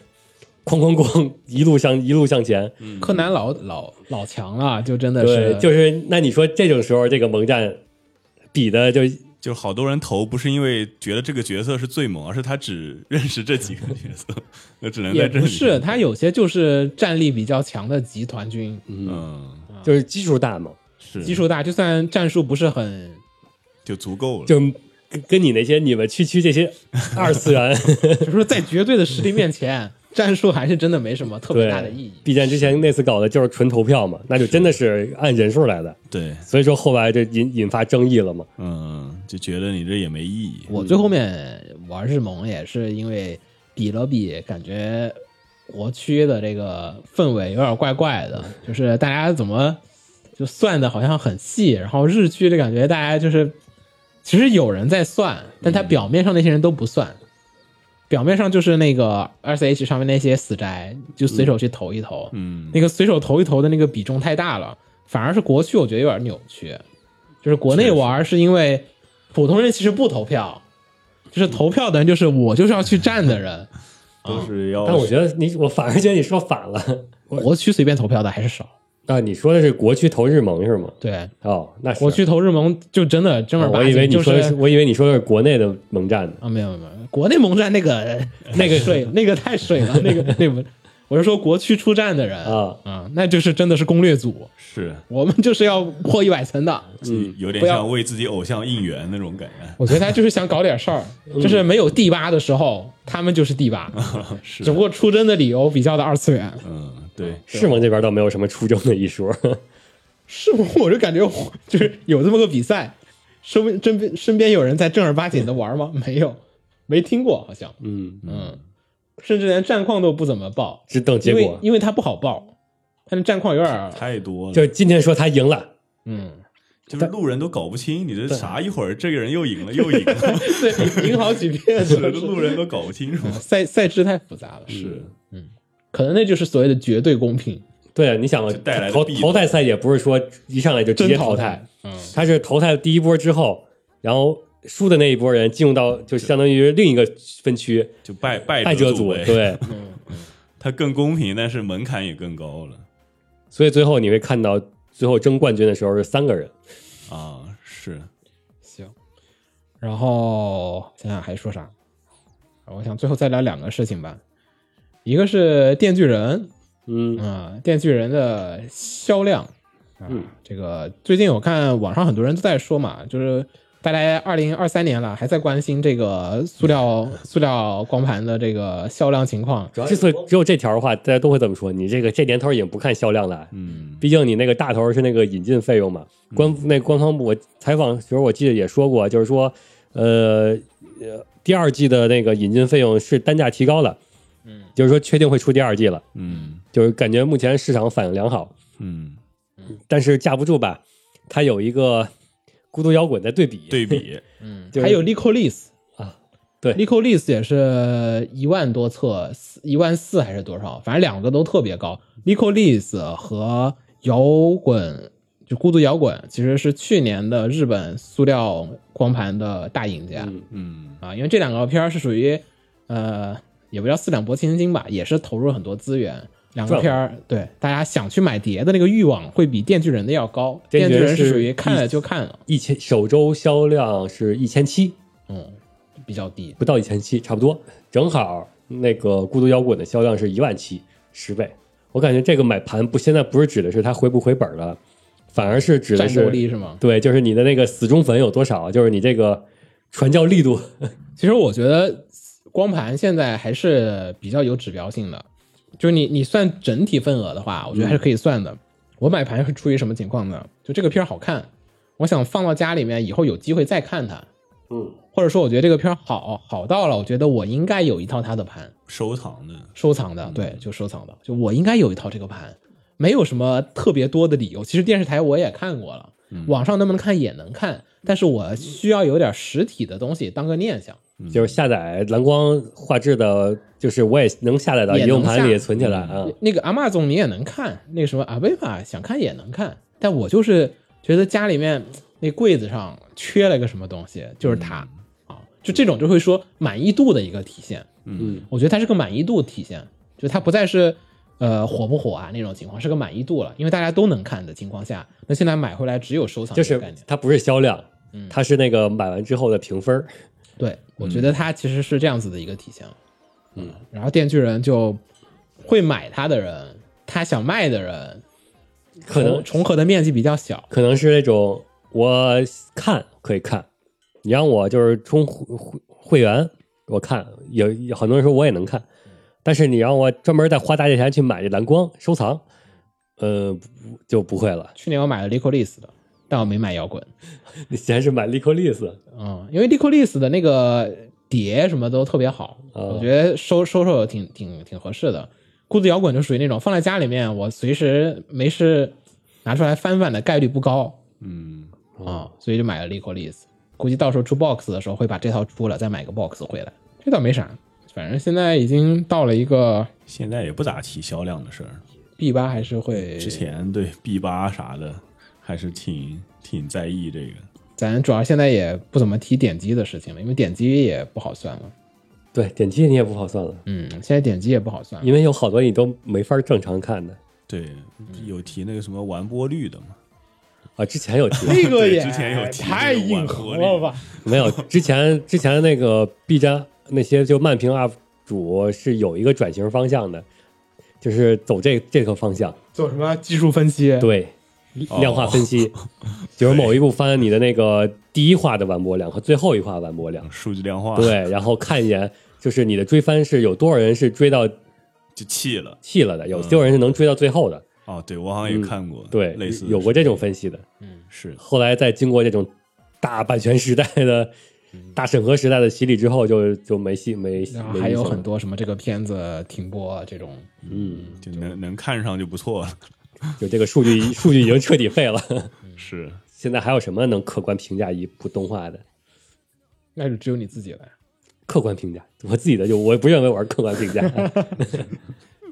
[SPEAKER 2] 哐哐哐一路向一路向前，
[SPEAKER 4] 嗯
[SPEAKER 3] 柯南老老老强了，就真的
[SPEAKER 2] 对，
[SPEAKER 3] 是
[SPEAKER 2] 就是那你说这种时候，这个萌战比的就
[SPEAKER 3] 嗯
[SPEAKER 4] 就好多人投不是因为觉得这个角色是最萌，而是他只认识这几个角色， 那只能
[SPEAKER 3] 也
[SPEAKER 4] 在这
[SPEAKER 3] 不
[SPEAKER 4] 里，
[SPEAKER 3] 是，他有些就是战力比较强的集团军，
[SPEAKER 4] 嗯，
[SPEAKER 2] 就是基数大嘛，
[SPEAKER 4] 是
[SPEAKER 3] 基数大，就算战术不是很，
[SPEAKER 4] 就足够了，
[SPEAKER 2] 就跟跟你那些你们区区这些二次元，
[SPEAKER 3] 就是说在绝对的实力面 前，战术还是真的没什 么特别
[SPEAKER 2] 对
[SPEAKER 3] 大的意义。
[SPEAKER 2] B 站之前那次搞的就是纯投票嘛，那就真的是按人数来的，
[SPEAKER 4] 对，
[SPEAKER 2] 所以说后来这引引发争议了嘛。
[SPEAKER 4] 嗯，就觉得你这也没意义，
[SPEAKER 3] 我最后面玩日盟也是因为比了比，感觉国区的这个氛围有点怪怪的，就是大家怎么就算的好像很细，然后日区的感觉
[SPEAKER 2] 嗯
[SPEAKER 3] 大家就是其实有人在算，但他表面上那些人都不算，表面上就是那个 2CH 上面那些死宅，就随手去投一投，
[SPEAKER 4] 嗯，
[SPEAKER 3] 那个随手投一投的那个比重太大了，反而是国区我觉得有点扭曲，就是国内玩是因为普通人其实不投票，就是投票的人就是我就是要去站的人，
[SPEAKER 4] 都是要。
[SPEAKER 2] 但我觉得你，我反而觉得你说反了。
[SPEAKER 3] 国区随便投票的还是少，
[SPEAKER 2] 啊，你说的是国区投日盟是吗？
[SPEAKER 3] 对，
[SPEAKER 2] 哦，那是
[SPEAKER 3] 国区投日盟就真的正儿
[SPEAKER 2] 啊
[SPEAKER 3] 八
[SPEAKER 2] 我以
[SPEAKER 3] 经
[SPEAKER 2] 为你
[SPEAKER 3] 就
[SPEAKER 2] 说的是，
[SPEAKER 3] 是。
[SPEAKER 2] 我以为你说的是国内的盟战呢。
[SPEAKER 3] 啊，没有没有，国内盟战那 个那个水那个太水了，那个那不，我是说国区出战的人
[SPEAKER 2] 啊
[SPEAKER 3] 啊，那就是真的是攻略组，
[SPEAKER 4] 是
[SPEAKER 2] 嗯
[SPEAKER 3] 我们就是要破一百层的。
[SPEAKER 4] 有点
[SPEAKER 3] 不要
[SPEAKER 4] 像为自己偶像应援那种感觉。
[SPEAKER 3] 我觉得他就是想搞点事儿，
[SPEAKER 2] 嗯
[SPEAKER 3] 就是没有第八的时候，他们就是第 八，只不过出征的理由比较的二次元。
[SPEAKER 4] 嗯，对，
[SPEAKER 2] 世盟这边倒没有什么出征的一说，
[SPEAKER 3] 是不？我就感觉我就是有这么个比赛，身边身边身边有人在正儿八经的玩吗？没有，没听过，好像，
[SPEAKER 2] 嗯，
[SPEAKER 3] 嗯，甚至连战况都不怎么报，
[SPEAKER 2] 只等结
[SPEAKER 3] 因为
[SPEAKER 2] 果。
[SPEAKER 3] 因为他不好报，他的战况有点儿，
[SPEAKER 4] 太多了，
[SPEAKER 2] 啊就是今天说他赢了，
[SPEAKER 3] 嗯，
[SPEAKER 4] 就是路人都搞不清，你这啥一会儿这个人又赢 了又赢了，
[SPEAKER 3] 对，赢好几遍
[SPEAKER 4] 是
[SPEAKER 3] 是
[SPEAKER 4] 的
[SPEAKER 3] 不
[SPEAKER 4] 路
[SPEAKER 3] 是？
[SPEAKER 4] 人都搞不清楚。
[SPEAKER 2] 嗯
[SPEAKER 3] 赛赛制太复杂了，
[SPEAKER 4] 是，
[SPEAKER 3] 可能那就是所谓的绝对公平，
[SPEAKER 2] 对啊，你想嘛
[SPEAKER 4] 就带来的
[SPEAKER 2] 淘
[SPEAKER 4] 弊端
[SPEAKER 2] 淘汰赛也不是说一上来就直
[SPEAKER 3] 真
[SPEAKER 2] 接淘汰，
[SPEAKER 3] 汰，嗯，
[SPEAKER 2] 他是淘汰第一波之后，然后输的那一波人进入到就相当于另一个分区
[SPEAKER 4] 就败败
[SPEAKER 2] 败者
[SPEAKER 4] 组
[SPEAKER 2] 组，
[SPEAKER 4] 呗，
[SPEAKER 2] 对，
[SPEAKER 4] 它更公平，但是门槛也更高了
[SPEAKER 2] 所以最后你会看到最后争冠军的时候是三个人，
[SPEAKER 4] 啊！是，
[SPEAKER 3] 行，然后想想还说啥？我想最后再聊两个事情吧，一个是电锯人
[SPEAKER 2] 嗯
[SPEAKER 3] 啊、电锯人的销量啊、这个最近我看网上很多人都在说嘛，就是大家二零二三年了，还在关心这个塑料 塑料光盘的这个销量情况。
[SPEAKER 2] 之所以只有这条的话，大家都会这么说。你这个这年头已经不看销量了，
[SPEAKER 4] 嗯，
[SPEAKER 2] 毕竟你那个大头是那个引进费用嘛。官那官方部我采访时候我记得也说过，就是说，呃，呃第二季的那个引进费用是单价提高了，嗯，就是说确定会出第二季了，
[SPEAKER 4] 嗯
[SPEAKER 2] 就是感觉目前市场反应良好，
[SPEAKER 4] 嗯，
[SPEAKER 2] 但是架不住吧，它有一个孤独摇滚在对比，
[SPEAKER 4] 对 比，
[SPEAKER 2] 就是
[SPEAKER 3] 还有 l i c o l i s
[SPEAKER 2] 啊，对
[SPEAKER 3] l i c o l i s 也是一万多册，一万四还是多少？反正两个都特别高。l i c o l i s 和摇滚就孤独摇滚其实是去年的日本塑料光盘的大赢家、
[SPEAKER 4] 嗯
[SPEAKER 3] 啊，因为这两个片儿是属于呃，也不叫四两拨千斤吧，也是投入了很多资源。两个片儿，对大家想去买碟的那个欲望会比电锯人的要高。电
[SPEAKER 2] 电锯
[SPEAKER 3] 锯
[SPEAKER 2] 人
[SPEAKER 3] 人
[SPEAKER 2] 是
[SPEAKER 3] 属于
[SPEAKER 2] 一
[SPEAKER 3] 看了就看了，
[SPEAKER 2] 一千首周销量是一千七，
[SPEAKER 3] 嗯，比较低。
[SPEAKER 2] 不到一千七，差不多，正好那个孤独摇滚的销量是一万七，十倍。我感觉这个买盘不现在不是指的是它回不回本了，反而是指的
[SPEAKER 3] 战斗力
[SPEAKER 2] 是
[SPEAKER 3] 是吗？
[SPEAKER 2] 对，就是你的那个死忠粉有多少，就是你这个传教力度。
[SPEAKER 3] 嗯其实我觉得光盘现在还是比较有指标性的，就是你你算整体份额的话，我觉得还是可以算的。我买盘是出于什么情况呢？就这个片儿好看，我想放到家里面，以后有机会再看它，
[SPEAKER 2] 嗯，
[SPEAKER 3] 或者说我觉得这个片儿好好到了，我觉得我应该有一套它的盘
[SPEAKER 4] 收藏的，
[SPEAKER 3] 收藏的，对，就收藏的，就我应该有一套这个盘，没有什么特别多的理由。其实电视台我也看过了，网上能不能看也能看，但是我需要有点实体的东西当个念想。
[SPEAKER 2] 就是下载蓝光画质的，就是我也能下载到
[SPEAKER 3] 也
[SPEAKER 2] 移
[SPEAKER 3] 能
[SPEAKER 2] 动盘
[SPEAKER 3] 下嗯
[SPEAKER 2] 里存起来啊。
[SPEAKER 3] 那个阿玛总你也能看，那个什么阿贝玛想看也能看，但我就是觉得家里面那柜子上缺了个什么东西，就是它、啊，就这种就会说满意度的一个体现。
[SPEAKER 4] 嗯，
[SPEAKER 3] 我觉得它是个满意度体现，就它不再是呃火不火啊那种情况，是个满意度了，因为大家都能看的情况下，那现在买回来只有收藏
[SPEAKER 2] 就
[SPEAKER 3] 这个
[SPEAKER 2] 是
[SPEAKER 3] 概念。嗯
[SPEAKER 2] 它不是销量，它是那个买完之后的评分儿。
[SPEAKER 3] 对，我觉得它其实是这样子的一个体现。嗯，然后电锯人就会买它的人，他想卖的人。
[SPEAKER 2] 可能
[SPEAKER 3] 重重合的面积比较小。
[SPEAKER 2] 可能是那种我看可以看，你让我就是充会会会员，我看有有很多人说我也能看，但是你让我专门再花大价钱去买这蓝光收藏，呃，不就不会了。
[SPEAKER 3] 去年我买了 Licolis 的，但我没买摇滚，
[SPEAKER 2] 你显然是买 Licolis，
[SPEAKER 3] 嗯，因为 Licolis 的那个碟什么都特别好，
[SPEAKER 2] 哦
[SPEAKER 3] 我觉得收收收挺挺挺合适的。孤独摇滚就属于那种放在家里面，我随时没事拿出来翻翻的概率不高
[SPEAKER 4] 嗯，
[SPEAKER 3] 啊、所以就买了 Licolis。估计到时候出 box 的时候会把这套出了，再买个 box 回来，这倒没啥。反正现在已经到了一个
[SPEAKER 4] 现在也不咋提销量的事儿，
[SPEAKER 3] B 八还是会，
[SPEAKER 4] 之前对 B 八啥的还是挺挺在意这个。
[SPEAKER 3] 咱主要现在也不怎么提点击的事情了，因为点击也不好算了。
[SPEAKER 2] 对，点击你也不好算了，
[SPEAKER 3] 嗯，现在点击也不好算了。
[SPEAKER 2] 因为有好多你都没法正常看的
[SPEAKER 4] 对，
[SPEAKER 3] 嗯
[SPEAKER 4] 有提那个什么完播率的嘛？
[SPEAKER 2] 啊。之前有提
[SPEAKER 3] 那个
[SPEAKER 4] 对
[SPEAKER 3] 也
[SPEAKER 4] 之前有提
[SPEAKER 3] 太
[SPEAKER 4] 这个
[SPEAKER 3] 硬
[SPEAKER 4] 挽
[SPEAKER 3] 核
[SPEAKER 4] 回
[SPEAKER 3] 了吧？
[SPEAKER 2] 没有？之前之前那个 B 站那些就慢评 UP 主是有一个转型方向的，就是走这这个方向，
[SPEAKER 3] 做什么技术分析？
[SPEAKER 2] 对，
[SPEAKER 3] 哦
[SPEAKER 2] 量化 分析，就是某一部番你的那个第一话的完播量和最后一话完播量，
[SPEAKER 4] 嗯数据量化，，
[SPEAKER 2] 对，然后看一眼就是你的追番是有多少人是追到
[SPEAKER 4] 就弃了。
[SPEAKER 2] 弃了的，有
[SPEAKER 3] 嗯
[SPEAKER 2] 多少人是能追到最后的，
[SPEAKER 4] 哦，对我好像也看过，
[SPEAKER 2] 对，
[SPEAKER 4] 类似的
[SPEAKER 2] 有过这种分析的。
[SPEAKER 4] 是的
[SPEAKER 2] 后来在经过这种大版权时代的 大审核时代的洗礼之后就，就没戏没
[SPEAKER 3] 嗯然后
[SPEAKER 2] 没
[SPEAKER 3] 还有
[SPEAKER 2] 意思了
[SPEAKER 3] 很多什么这个片子停播啊这种，
[SPEAKER 2] 嗯，
[SPEAKER 4] 就能能看上就不错了。
[SPEAKER 2] 就这个数据数据已经彻底废了。
[SPEAKER 4] 是，
[SPEAKER 2] 现在还有什么能客观评价一部动画的？
[SPEAKER 3] 那就只有你自己了。
[SPEAKER 2] 客观评价， 我自己的就我不认为我是客观评价，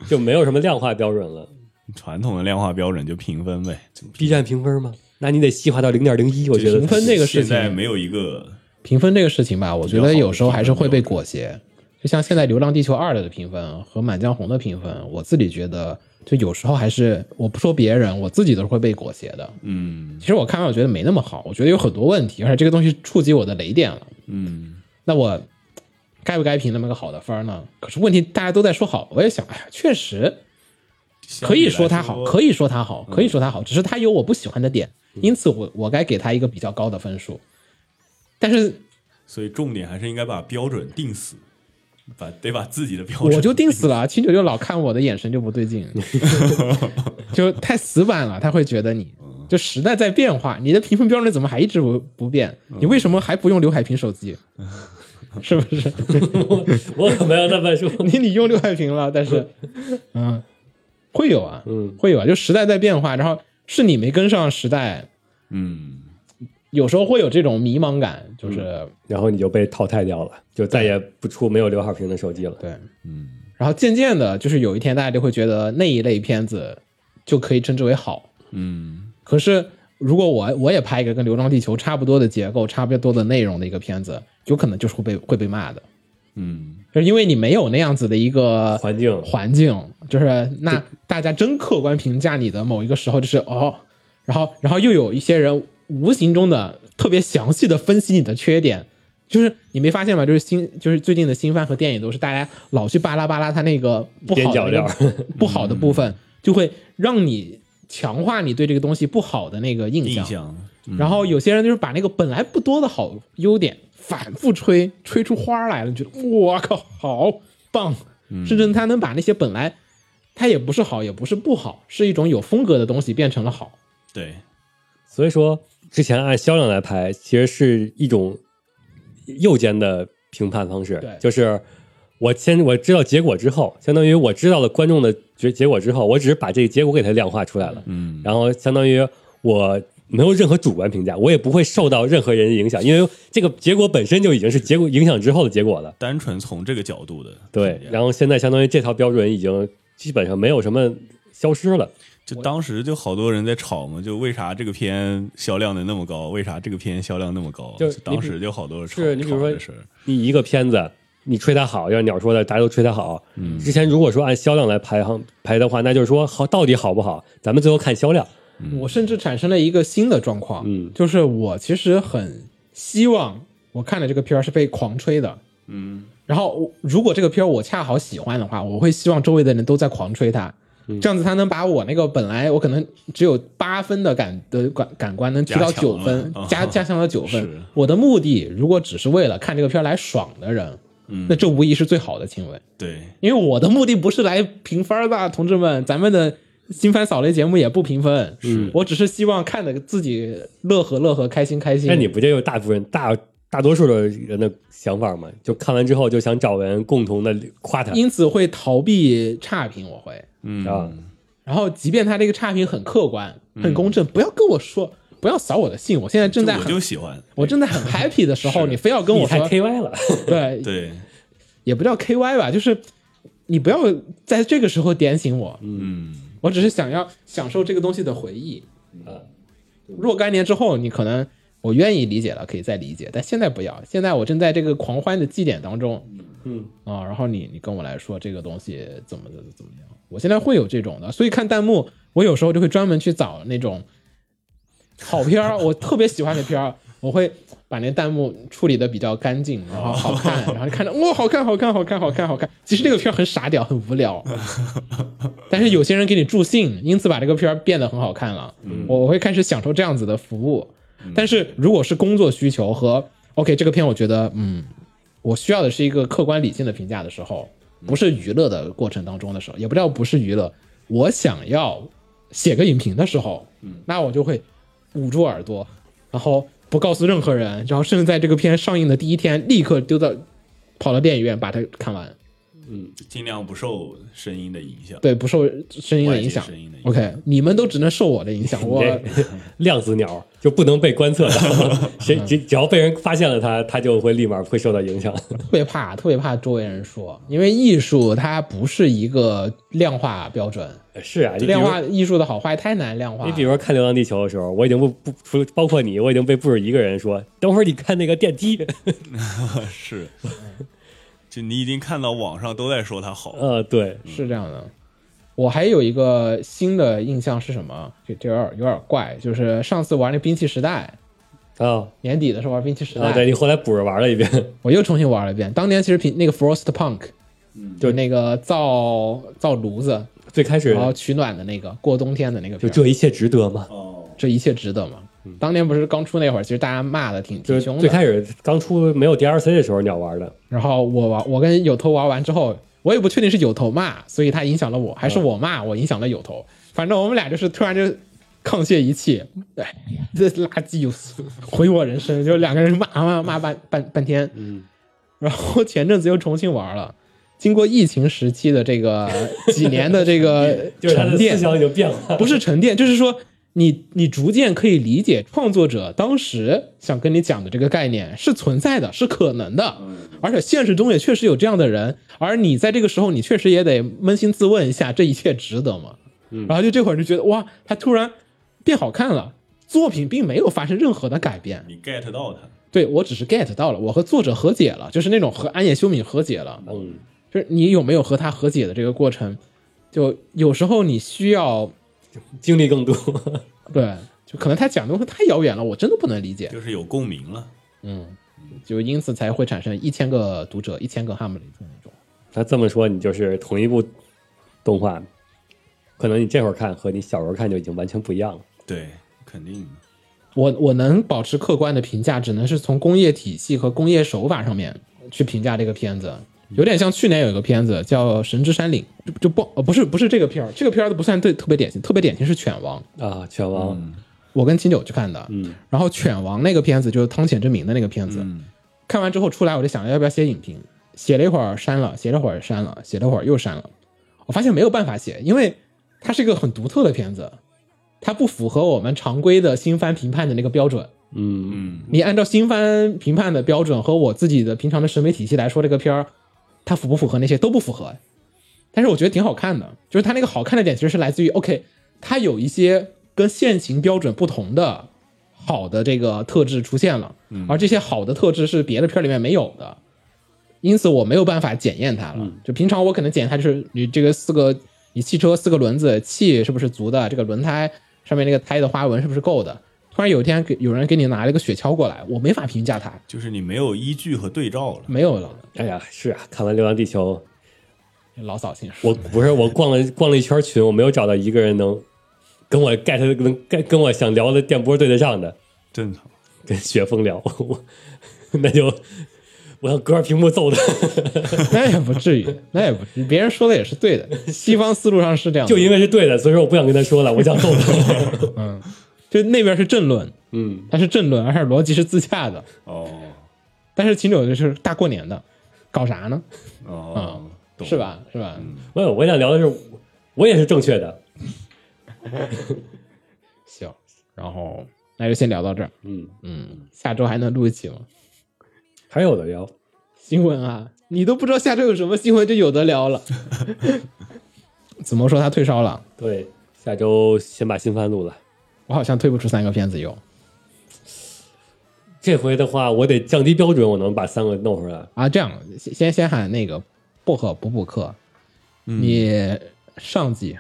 [SPEAKER 2] 就没有什么量化标准了。
[SPEAKER 4] 传统的量化标准就评分呗，
[SPEAKER 2] B 站评分吗？那你得细化到零点零一，我觉
[SPEAKER 3] 评
[SPEAKER 2] 得
[SPEAKER 3] 分这个事
[SPEAKER 4] 现在
[SPEAKER 3] 情，
[SPEAKER 4] 没有一个
[SPEAKER 3] 评分这个事情吧，我觉
[SPEAKER 4] 比较
[SPEAKER 3] 得
[SPEAKER 4] 好
[SPEAKER 3] 有时候还是会被裹挟。就像现在《流浪地球二》的评分和《满江红》的评分，我自己觉得，就有时候还是我不说别人，我自己都是会被裹挟的。
[SPEAKER 4] 嗯
[SPEAKER 3] 其实我看完我觉得没那么好，我觉得有很多问题，而且这个东西触及我的雷点了。
[SPEAKER 4] 嗯，
[SPEAKER 3] 那我该不该评那么个好的分儿呢？可是问题大家都在说好，我也想，哎呀，确实可以说它好，可
[SPEAKER 4] 以
[SPEAKER 3] 以说它好，可以说它好，只是它有我不喜欢的点，因此我我该给它一个比较高的分数。但是
[SPEAKER 4] 所以重点还是应该把标准定死，把得把自己的标准
[SPEAKER 3] 我就定死了，秦九九老看我的眼神就不对劲，就太死板了，他会觉得你就时代在变化，你的评分标准怎么还一直不不变？你为什么还不用刘海屏手机？是不是？
[SPEAKER 2] 我可没有那么说。
[SPEAKER 3] 你你用刘海屏了，但是，嗯，会有啊，
[SPEAKER 2] 嗯，
[SPEAKER 3] 会有啊，就时代在变化，然后是你没跟上时代，
[SPEAKER 4] 嗯，
[SPEAKER 3] 有时候会有这种迷茫感，就是、
[SPEAKER 2] 然后你就被淘汰掉了，就再也不出没有刘海屏的手机了。
[SPEAKER 3] 对，嗯，然后渐渐的，就是有一天大家就会觉得那一类片子就可以称之为好，
[SPEAKER 4] 嗯，
[SPEAKER 3] 可是如果我我也拍一个跟《流浪地球》差不多的结构、差不多的内容的一个片子，有可能就是会被会被骂的，
[SPEAKER 4] 嗯，
[SPEAKER 3] 就是因为你没有那样子的一个
[SPEAKER 2] 环境
[SPEAKER 3] 环境，就是那大家真客观评价你的某一个时候，就是哦，然后然后又有一些人无形中的特别详细的分析你的缺点，就是你没发现吗？就是新就是最近的新番和电影都是大家老去巴拉巴拉他那个不好
[SPEAKER 2] 边
[SPEAKER 3] 的
[SPEAKER 2] 角
[SPEAKER 3] 那
[SPEAKER 2] 料嗯
[SPEAKER 3] 个不好的部 分，就会让你强化你对这个东西不好的那个印
[SPEAKER 4] 印
[SPEAKER 3] 象。
[SPEAKER 4] 象，
[SPEAKER 3] 然后有些人就是把那个本来不多的好优点反复吹，吹出花儿来了，你觉得我靠，好棒！甚至他能把那些本来它也不是好，也不是不好，是一种有风格的东西变成了好。
[SPEAKER 4] 对，
[SPEAKER 2] 所以说，之前按销量来排，其实是一种右肩的评判方式
[SPEAKER 3] 对，
[SPEAKER 2] 就是我先我知道结果之后，相当于我知道了观众的结结果之后，我只是把这个结果给它量化出来了，
[SPEAKER 4] 嗯，
[SPEAKER 2] 然后相当于我。没有任何主观评价，我也不会受到任何人影响，因为这个结果本身就已经是结果影响之后的结果了。
[SPEAKER 4] 单纯从这个角度的
[SPEAKER 2] 对
[SPEAKER 4] 评，价
[SPEAKER 2] 然后现在相当于这套标准已经基本上没有什么消失了。
[SPEAKER 4] 就当时就好多人在吵嘛，就为啥这个片销量能那么高，为啥这个片销量那么高？
[SPEAKER 2] 就
[SPEAKER 4] 当时就好多人吵，
[SPEAKER 2] 是你比如说
[SPEAKER 4] 吵这事儿
[SPEAKER 2] 你一个片子，你吹它好，就像鸟说的，大家都吹它好。嗯，之前如果说按销量来排行排的话，那就是说好到底好不好，咱们最后看销量。
[SPEAKER 4] 嗯
[SPEAKER 3] 我甚至产生了一个新的状况，
[SPEAKER 2] 嗯
[SPEAKER 3] 就是我其实很希望我看的这个片儿是被狂吹的，
[SPEAKER 4] 嗯，
[SPEAKER 3] 然后我如果这个片儿我恰好喜欢的话，我会希望周围的人都在狂吹它，
[SPEAKER 4] 嗯
[SPEAKER 3] 这样子他能把我那个本来我可能只有八分的感的感感官能提到
[SPEAKER 4] 加强
[SPEAKER 3] 九
[SPEAKER 4] 了
[SPEAKER 3] 分
[SPEAKER 4] 啊，
[SPEAKER 3] 加加强到九
[SPEAKER 4] 是
[SPEAKER 3] 分。我的目的如果只是为了看这个片儿来爽的人，
[SPEAKER 4] 嗯
[SPEAKER 3] 那这无疑是最好的行为，
[SPEAKER 4] 对，
[SPEAKER 3] 因为我的目的不是来评分儿的，同志们，咱们的。新番扫雷节目也不评分，我只是希望看的自己乐呵乐呵，开心开心。
[SPEAKER 2] 那你不就有大部分大大多数的人的想法吗？就看完之后就想找人共同的夸他
[SPEAKER 3] 因此会逃避差评，我会。
[SPEAKER 4] 嗯
[SPEAKER 2] 啊，
[SPEAKER 3] 然后即便他这个差评很客观、很公正，不要跟我说，不要扫我的兴，我现在正在
[SPEAKER 4] 我
[SPEAKER 3] 很
[SPEAKER 2] 嗯
[SPEAKER 4] 就喜欢，
[SPEAKER 3] 我正在很 happy 的时候，你非要跟我
[SPEAKER 2] 你太
[SPEAKER 3] 说，
[SPEAKER 2] KY 了。
[SPEAKER 3] 对，
[SPEAKER 4] 对，
[SPEAKER 3] 也不叫 KY 吧，就是你不要在这个时候点醒我，
[SPEAKER 4] 嗯，
[SPEAKER 3] 我只是想要享受这个东西的回忆。嗯，若干年之后，你可能我愿意理解了，可以再理解，但现在不要。现在我正在这个狂欢的祭典当中。
[SPEAKER 2] 嗯
[SPEAKER 3] 啊、然后你你跟我来说这个东西怎么怎么怎么样，我现在会有这种的，所以看弹幕，我有时候就会专门去找那种好片儿，我特别喜欢的片儿。我会把那弹幕处理的比较干净，然后好看，然后看着哇、好看，好看，好看，好看，好看。其实这个片儿很傻屌，很无聊，但是有些人给你助兴，因此把这个片儿变得很好看了。我我会开始享受这样子的服务。但是如果是工作需求和 OK 这个片，我觉得嗯，我需要的是一个客观理性的评价的时候，不是娱乐的过程当中的时候，也不叫不是娱乐，我想要写个影评的时候，那我就会捂住耳朵，然后不告诉任何人，然后甚至在这个片上映的第一天立刻丢到跑到电影院把它看完。
[SPEAKER 4] 尽量不受声音的影响。
[SPEAKER 3] 对，不受声音的影响
[SPEAKER 4] 外界声音的。影响
[SPEAKER 3] OK，你们都只能受我的影响，我
[SPEAKER 2] 这量子鸟就不能被观 测到，谁只只要被人发现了它，它就会立马会受到影响。
[SPEAKER 3] 特别怕，特别怕周围人说，因为艺术它不是一个量化标准，
[SPEAKER 2] 是啊，你比
[SPEAKER 3] 量
[SPEAKER 2] 如
[SPEAKER 3] 化艺术的好坏太难量化。
[SPEAKER 2] 你比如说看《流浪地球》的时候，我已经不不除包括你，我已经被不止一个人说，等会儿你看那个电梯，
[SPEAKER 4] 是，就你已经看到网上都在说它好，
[SPEAKER 2] 呃，对，
[SPEAKER 3] 是这样的。我还有一个新的印象是什么？这这有点有点怪，就是上次玩那《兵器时代》，
[SPEAKER 2] 啊
[SPEAKER 3] 年底的时候玩《兵器时代
[SPEAKER 2] 啊，》对你后来补着玩了一遍，
[SPEAKER 3] 我又重新玩了一遍。当年其实品那个 Frost Punk，就那个造造炉子，
[SPEAKER 2] 最开始
[SPEAKER 3] 然后取暖的那个，过冬天的那个
[SPEAKER 2] 就
[SPEAKER 3] 片儿。
[SPEAKER 2] 这一嗯切值得
[SPEAKER 3] 哦
[SPEAKER 2] 吗？
[SPEAKER 3] 这一切值得吗？当年不是刚出那会儿，其实大家骂的挺挺
[SPEAKER 2] 就是
[SPEAKER 3] 凶
[SPEAKER 2] 最
[SPEAKER 3] 的。
[SPEAKER 2] 开始刚出没有 DLC 的时候，你要玩的，
[SPEAKER 3] 然后我玩，我跟有头玩完之后，我也不确定是有头骂，所以他影响了我，还是我骂我影响了有头。反正我们俩就是突然就沆瀣一气，哎， 这垃圾游戏毁我人生，就两个人骂骂骂半半半天。嗯，然后前阵子又重新玩了。经过疫情时期的这个几年的这个
[SPEAKER 2] 就是他
[SPEAKER 3] 沉
[SPEAKER 2] 的
[SPEAKER 3] 淀
[SPEAKER 2] 思，想已经变了。
[SPEAKER 3] 不是沉淀，就是说你你逐渐可以理解创作者当时想跟你讲的这个概念是存在的，是可能的，而且现实中也确实有这样的人，而你在这个时候，你确实也得扪心自问一下，这一切值得吗？然后就这会儿就觉得哇，他突然变好看了，作品并没有发生任何的改变，
[SPEAKER 4] 你 get 到它，
[SPEAKER 3] 对我只是 get 到了，我和作者和解了，就是那种和安野修敏和解了。
[SPEAKER 2] 嗯，
[SPEAKER 3] 就是你有没有和他和解的这个过程，就有时候你需要
[SPEAKER 2] 经历更多，
[SPEAKER 3] 对，就可能他讲的东西太遥远了，我真的不能理解，
[SPEAKER 4] 就是有共鸣了。
[SPEAKER 3] 就因此才会产生一千个读者、一千个哈姆雷特那种。
[SPEAKER 2] 那这么说，你就是同一部动画，可能你这会儿看和你小时候看就已经完全不一样了。
[SPEAKER 4] 对，肯定的。
[SPEAKER 3] 我我能保持客观的评价，只能是从工业体系和工业手法上面去评价这个片子，有点像去年有一个片子叫《神之山岭》，就就不呃不是不是这个片儿，这个片儿都不算对特别典型，特别典型是《犬王》，
[SPEAKER 2] 啊，拳王，
[SPEAKER 3] 我跟秦九去看的，嗯，然后《犬王》那个片子就是汤浅之明的那个片子，看完之后出来我就想要不要写影评，写了一会儿删了，写了会儿删了，写了会儿又删了，我发现没有办法写，因为它是一个很独特的片子，它不符合我们常规的新番评判的那个标准。
[SPEAKER 2] 嗯，
[SPEAKER 3] 你按照新番评判的标准和我自己的平常的审美体系来说，这个片儿它符不符合那些都不符合，但是我觉得挺好看的，就是它那个好看的点其实是来自于 OK，它有一些跟现行标准不同的好的这个特质出现了，而这些好的特质是别的片儿里面没有的，因此我没有办法检验它
[SPEAKER 2] 嗯
[SPEAKER 3] 了。就平常我可能检验它就是你这个四个你汽车四个轮子气是不是足的，这个轮胎上面那个胎的花纹是不是够的。突然有一天给有人给你拿了个雪橇过来，我没法评价它，
[SPEAKER 4] 就是你没有依据和对照了。
[SPEAKER 3] 没有了，
[SPEAKER 2] 哎呀，是啊，看完《流浪地球》，
[SPEAKER 3] 老扫兴。
[SPEAKER 2] 我不是我逛了逛了一圈群，我没有找到一个人能跟我 get 的能跟跟我想聊的电波对得上的，
[SPEAKER 4] 正常，
[SPEAKER 2] 跟雪峰聊，我那就我要隔着屏幕揍他，
[SPEAKER 3] 那也不至于，那也不至于，别人说的也是对 的，西方思路上是这样的，
[SPEAKER 2] 就因为是对的，所以说我不想跟他说了，我想揍他。
[SPEAKER 3] 就那边是政论，
[SPEAKER 2] 嗯，
[SPEAKER 3] 它是政论，而且逻辑是自洽的，
[SPEAKER 4] 哦
[SPEAKER 3] 但是秦九就是大过年的，搞啥呢？
[SPEAKER 2] 嗯
[SPEAKER 4] 哦，懂
[SPEAKER 3] 是？吧？是吧？
[SPEAKER 2] 没有，我想聊的是，我也是正确的，
[SPEAKER 3] 行，然后那就先聊到这儿，
[SPEAKER 2] 嗯，
[SPEAKER 3] 嗯，下周还能录一期吗？
[SPEAKER 2] 还有的聊。
[SPEAKER 3] 新闻啊，你都不知道下周有什么新闻，就有的聊 了。怎么说他退烧了？
[SPEAKER 2] 对，下周先把新番录了。
[SPEAKER 3] 我好像推不出三个片子有
[SPEAKER 2] 这回的话，我得降低标准，我能把三个弄出来。
[SPEAKER 3] 啊。这样，先先先喊那个薄荷补补课，
[SPEAKER 4] 嗯
[SPEAKER 3] 你上季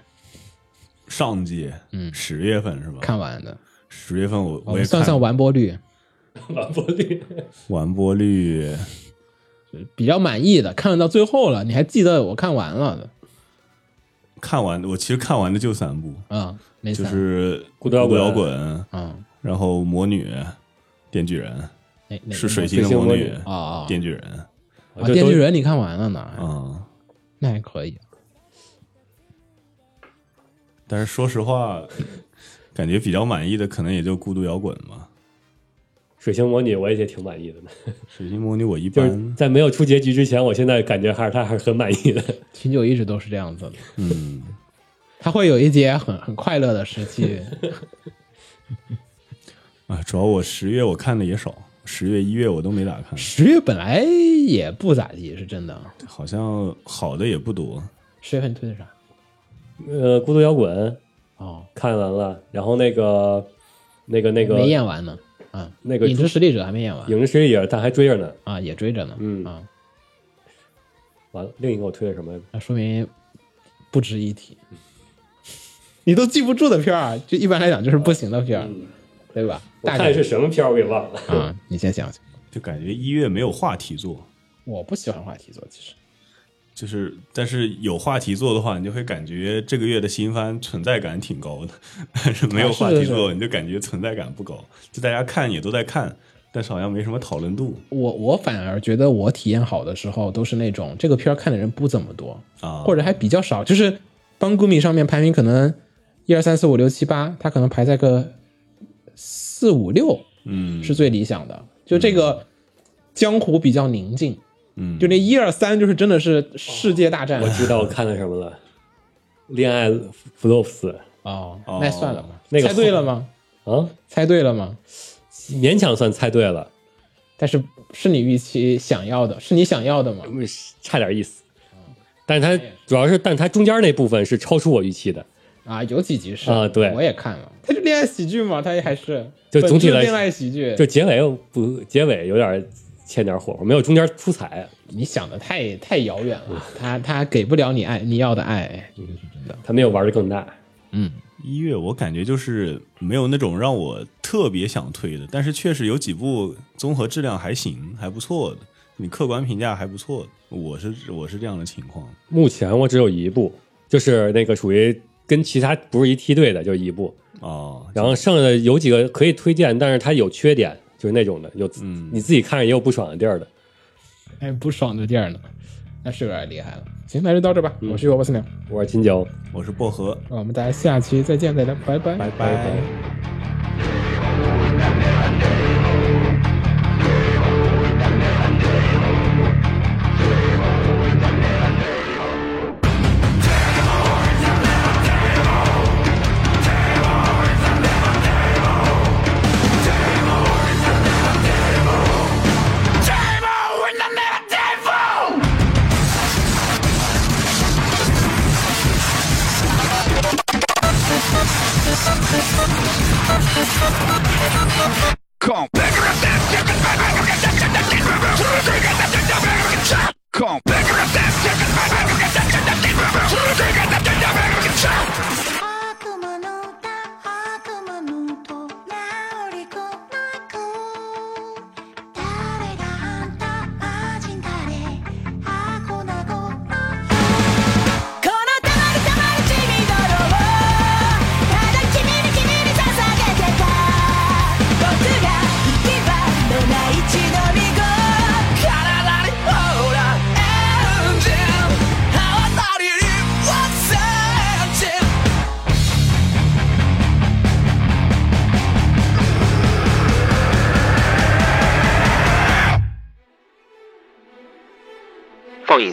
[SPEAKER 4] 上季，嗯，十月份是吧？
[SPEAKER 3] 看完的，
[SPEAKER 4] 十月份我
[SPEAKER 3] 我
[SPEAKER 4] 我也
[SPEAKER 3] 们算算
[SPEAKER 4] 看
[SPEAKER 3] 完播率，
[SPEAKER 2] 完播率，
[SPEAKER 4] 完播率，
[SPEAKER 3] 比较满意的，看到最后了，你还记得我看完了的
[SPEAKER 4] 看完我其实看完的就三部，
[SPEAKER 3] 啊？那
[SPEAKER 4] 就
[SPEAKER 3] 三
[SPEAKER 4] 是
[SPEAKER 2] 孤独摇滚
[SPEAKER 4] 摇滚，
[SPEAKER 3] 嗯，
[SPEAKER 4] 然后魔女、电锯人
[SPEAKER 3] 哪哪
[SPEAKER 4] 是
[SPEAKER 3] 个
[SPEAKER 4] 水星的
[SPEAKER 2] 水星
[SPEAKER 4] 魔
[SPEAKER 2] 魔
[SPEAKER 4] 女
[SPEAKER 2] 女、
[SPEAKER 3] 啊啊
[SPEAKER 4] 电锯人，
[SPEAKER 3] 啊！啊电锯人你看完了呢？
[SPEAKER 4] 嗯，
[SPEAKER 3] 那还可以。
[SPEAKER 4] 但是说实话，感觉比较满意的可能也就孤独摇滚嘛。
[SPEAKER 2] 水星魔女我也挺满意的呢，
[SPEAKER 4] 水星魔女我一
[SPEAKER 2] 就是
[SPEAKER 4] 般，
[SPEAKER 2] 在没有出结局之前，我现在感觉还是他还是很满意的。
[SPEAKER 3] 秦九一直都是这样子的，
[SPEAKER 4] 嗯，
[SPEAKER 3] 他会有一节很很快乐的时 期，
[SPEAKER 4] 啊，主要我十月我看的也少，十月一月我都没咋看，
[SPEAKER 3] 十月本来也不咋地，是真的。
[SPEAKER 4] 好像好的也不多。
[SPEAKER 3] 十月份推的啥？
[SPEAKER 2] 呃，孤独摇滚
[SPEAKER 3] 哦，
[SPEAKER 2] 看完了，然后那个那个那个
[SPEAKER 3] 没演完呢。啊，
[SPEAKER 2] 那个
[SPEAKER 3] 影之实力者还没演完
[SPEAKER 2] 影视水影，但还追着呢。
[SPEAKER 3] 啊，也追着呢。
[SPEAKER 2] 嗯
[SPEAKER 3] 啊，
[SPEAKER 2] 完了，另一个我推的什么来着？
[SPEAKER 3] 那说明不值一提。你都记不住的片儿，啊就一般来讲就是不行的片儿，对吧？
[SPEAKER 2] 嗯我
[SPEAKER 3] 大
[SPEAKER 2] 看
[SPEAKER 3] 概
[SPEAKER 2] 是什么片儿我给忘了。
[SPEAKER 3] 啊，你先想想。
[SPEAKER 4] 就感觉一月没有话题做，
[SPEAKER 3] 我不喜欢话题做，其实
[SPEAKER 4] 就是但是有话题做的话，你就会感觉这个月的新番存在感挺高的， 但是没有话
[SPEAKER 3] 啊是
[SPEAKER 4] 题
[SPEAKER 3] 是是
[SPEAKER 4] 做，你就感觉存在感不高。就大家看也都在看，但是好像没什么讨论度
[SPEAKER 3] 我我反而觉得我体验好的时候都是那种这个片儿看的人不怎么多，
[SPEAKER 4] 啊。
[SPEAKER 3] 或者还比较少，就是帮 Gumi 上面排名可能一二三四五六七八，它可能排在个四五六
[SPEAKER 4] 嗯
[SPEAKER 3] 是最理想的。就这个江湖比较宁静，
[SPEAKER 4] 嗯，哦
[SPEAKER 3] 就那一二三就是真的是世界大战 啊
[SPEAKER 2] 我知道我看的什么了，《恋爱弗洛斯
[SPEAKER 3] 哦
[SPEAKER 4] 哦
[SPEAKER 3] 那算了吧，
[SPEAKER 2] 那个
[SPEAKER 3] 猜对了吗？》
[SPEAKER 2] 啊，
[SPEAKER 3] 猜对了吗？
[SPEAKER 2] 勉强算猜对了，
[SPEAKER 3] 但是是你预期想要的，是你想要的吗？
[SPEAKER 2] 嗯差点意思。但是它主要是，但它中间那部分是超出我预期的。
[SPEAKER 3] 啊，有几集是
[SPEAKER 2] 啊对
[SPEAKER 3] 我也看了，它就恋爱喜剧嘛，它也还是
[SPEAKER 2] 就总体
[SPEAKER 3] 本质
[SPEAKER 2] 来
[SPEAKER 3] 恋爱喜剧，
[SPEAKER 2] 就结尾不结尾有点欠点火候，没有中间出彩。
[SPEAKER 3] 你想的太太遥远了，他他给不了你爱你要的爱，
[SPEAKER 2] 他没有玩的更大。
[SPEAKER 4] 一月我感觉就是没有那种让我特别想推的，但是确实有几部综合质量还行，还不错的，你客观评价还不错的，我是我是这样的情况。
[SPEAKER 2] 目前我只有一部，就是那个属于跟其他不是一梯队的，就一部。
[SPEAKER 4] 哦，
[SPEAKER 2] 然后剩下的有几个可以推荐，但是它有缺点，就是那种的，有、
[SPEAKER 4] 嗯
[SPEAKER 2] 你自己看着也有不爽的地儿的。
[SPEAKER 3] 哎，不爽的地儿呢，那是有点厉害了。行，那就到这吧，我是萝卜丝鸟，
[SPEAKER 2] 我是秦九，
[SPEAKER 4] 我是薄荷，
[SPEAKER 3] 我们大家下期再见，大家拜拜。
[SPEAKER 2] 拜拜
[SPEAKER 1] 悪魔の歌悪魔のとなりこなく誰があんた魔人だれあこなごなこのたまるたまる君だろうただ君に君に捧げてた僕が行き場のない血のみ子体にほらエンジンあわたりにワンセンチ
[SPEAKER 6] 放映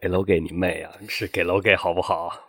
[SPEAKER 5] 给楼给你妹啊！是给楼给好不好？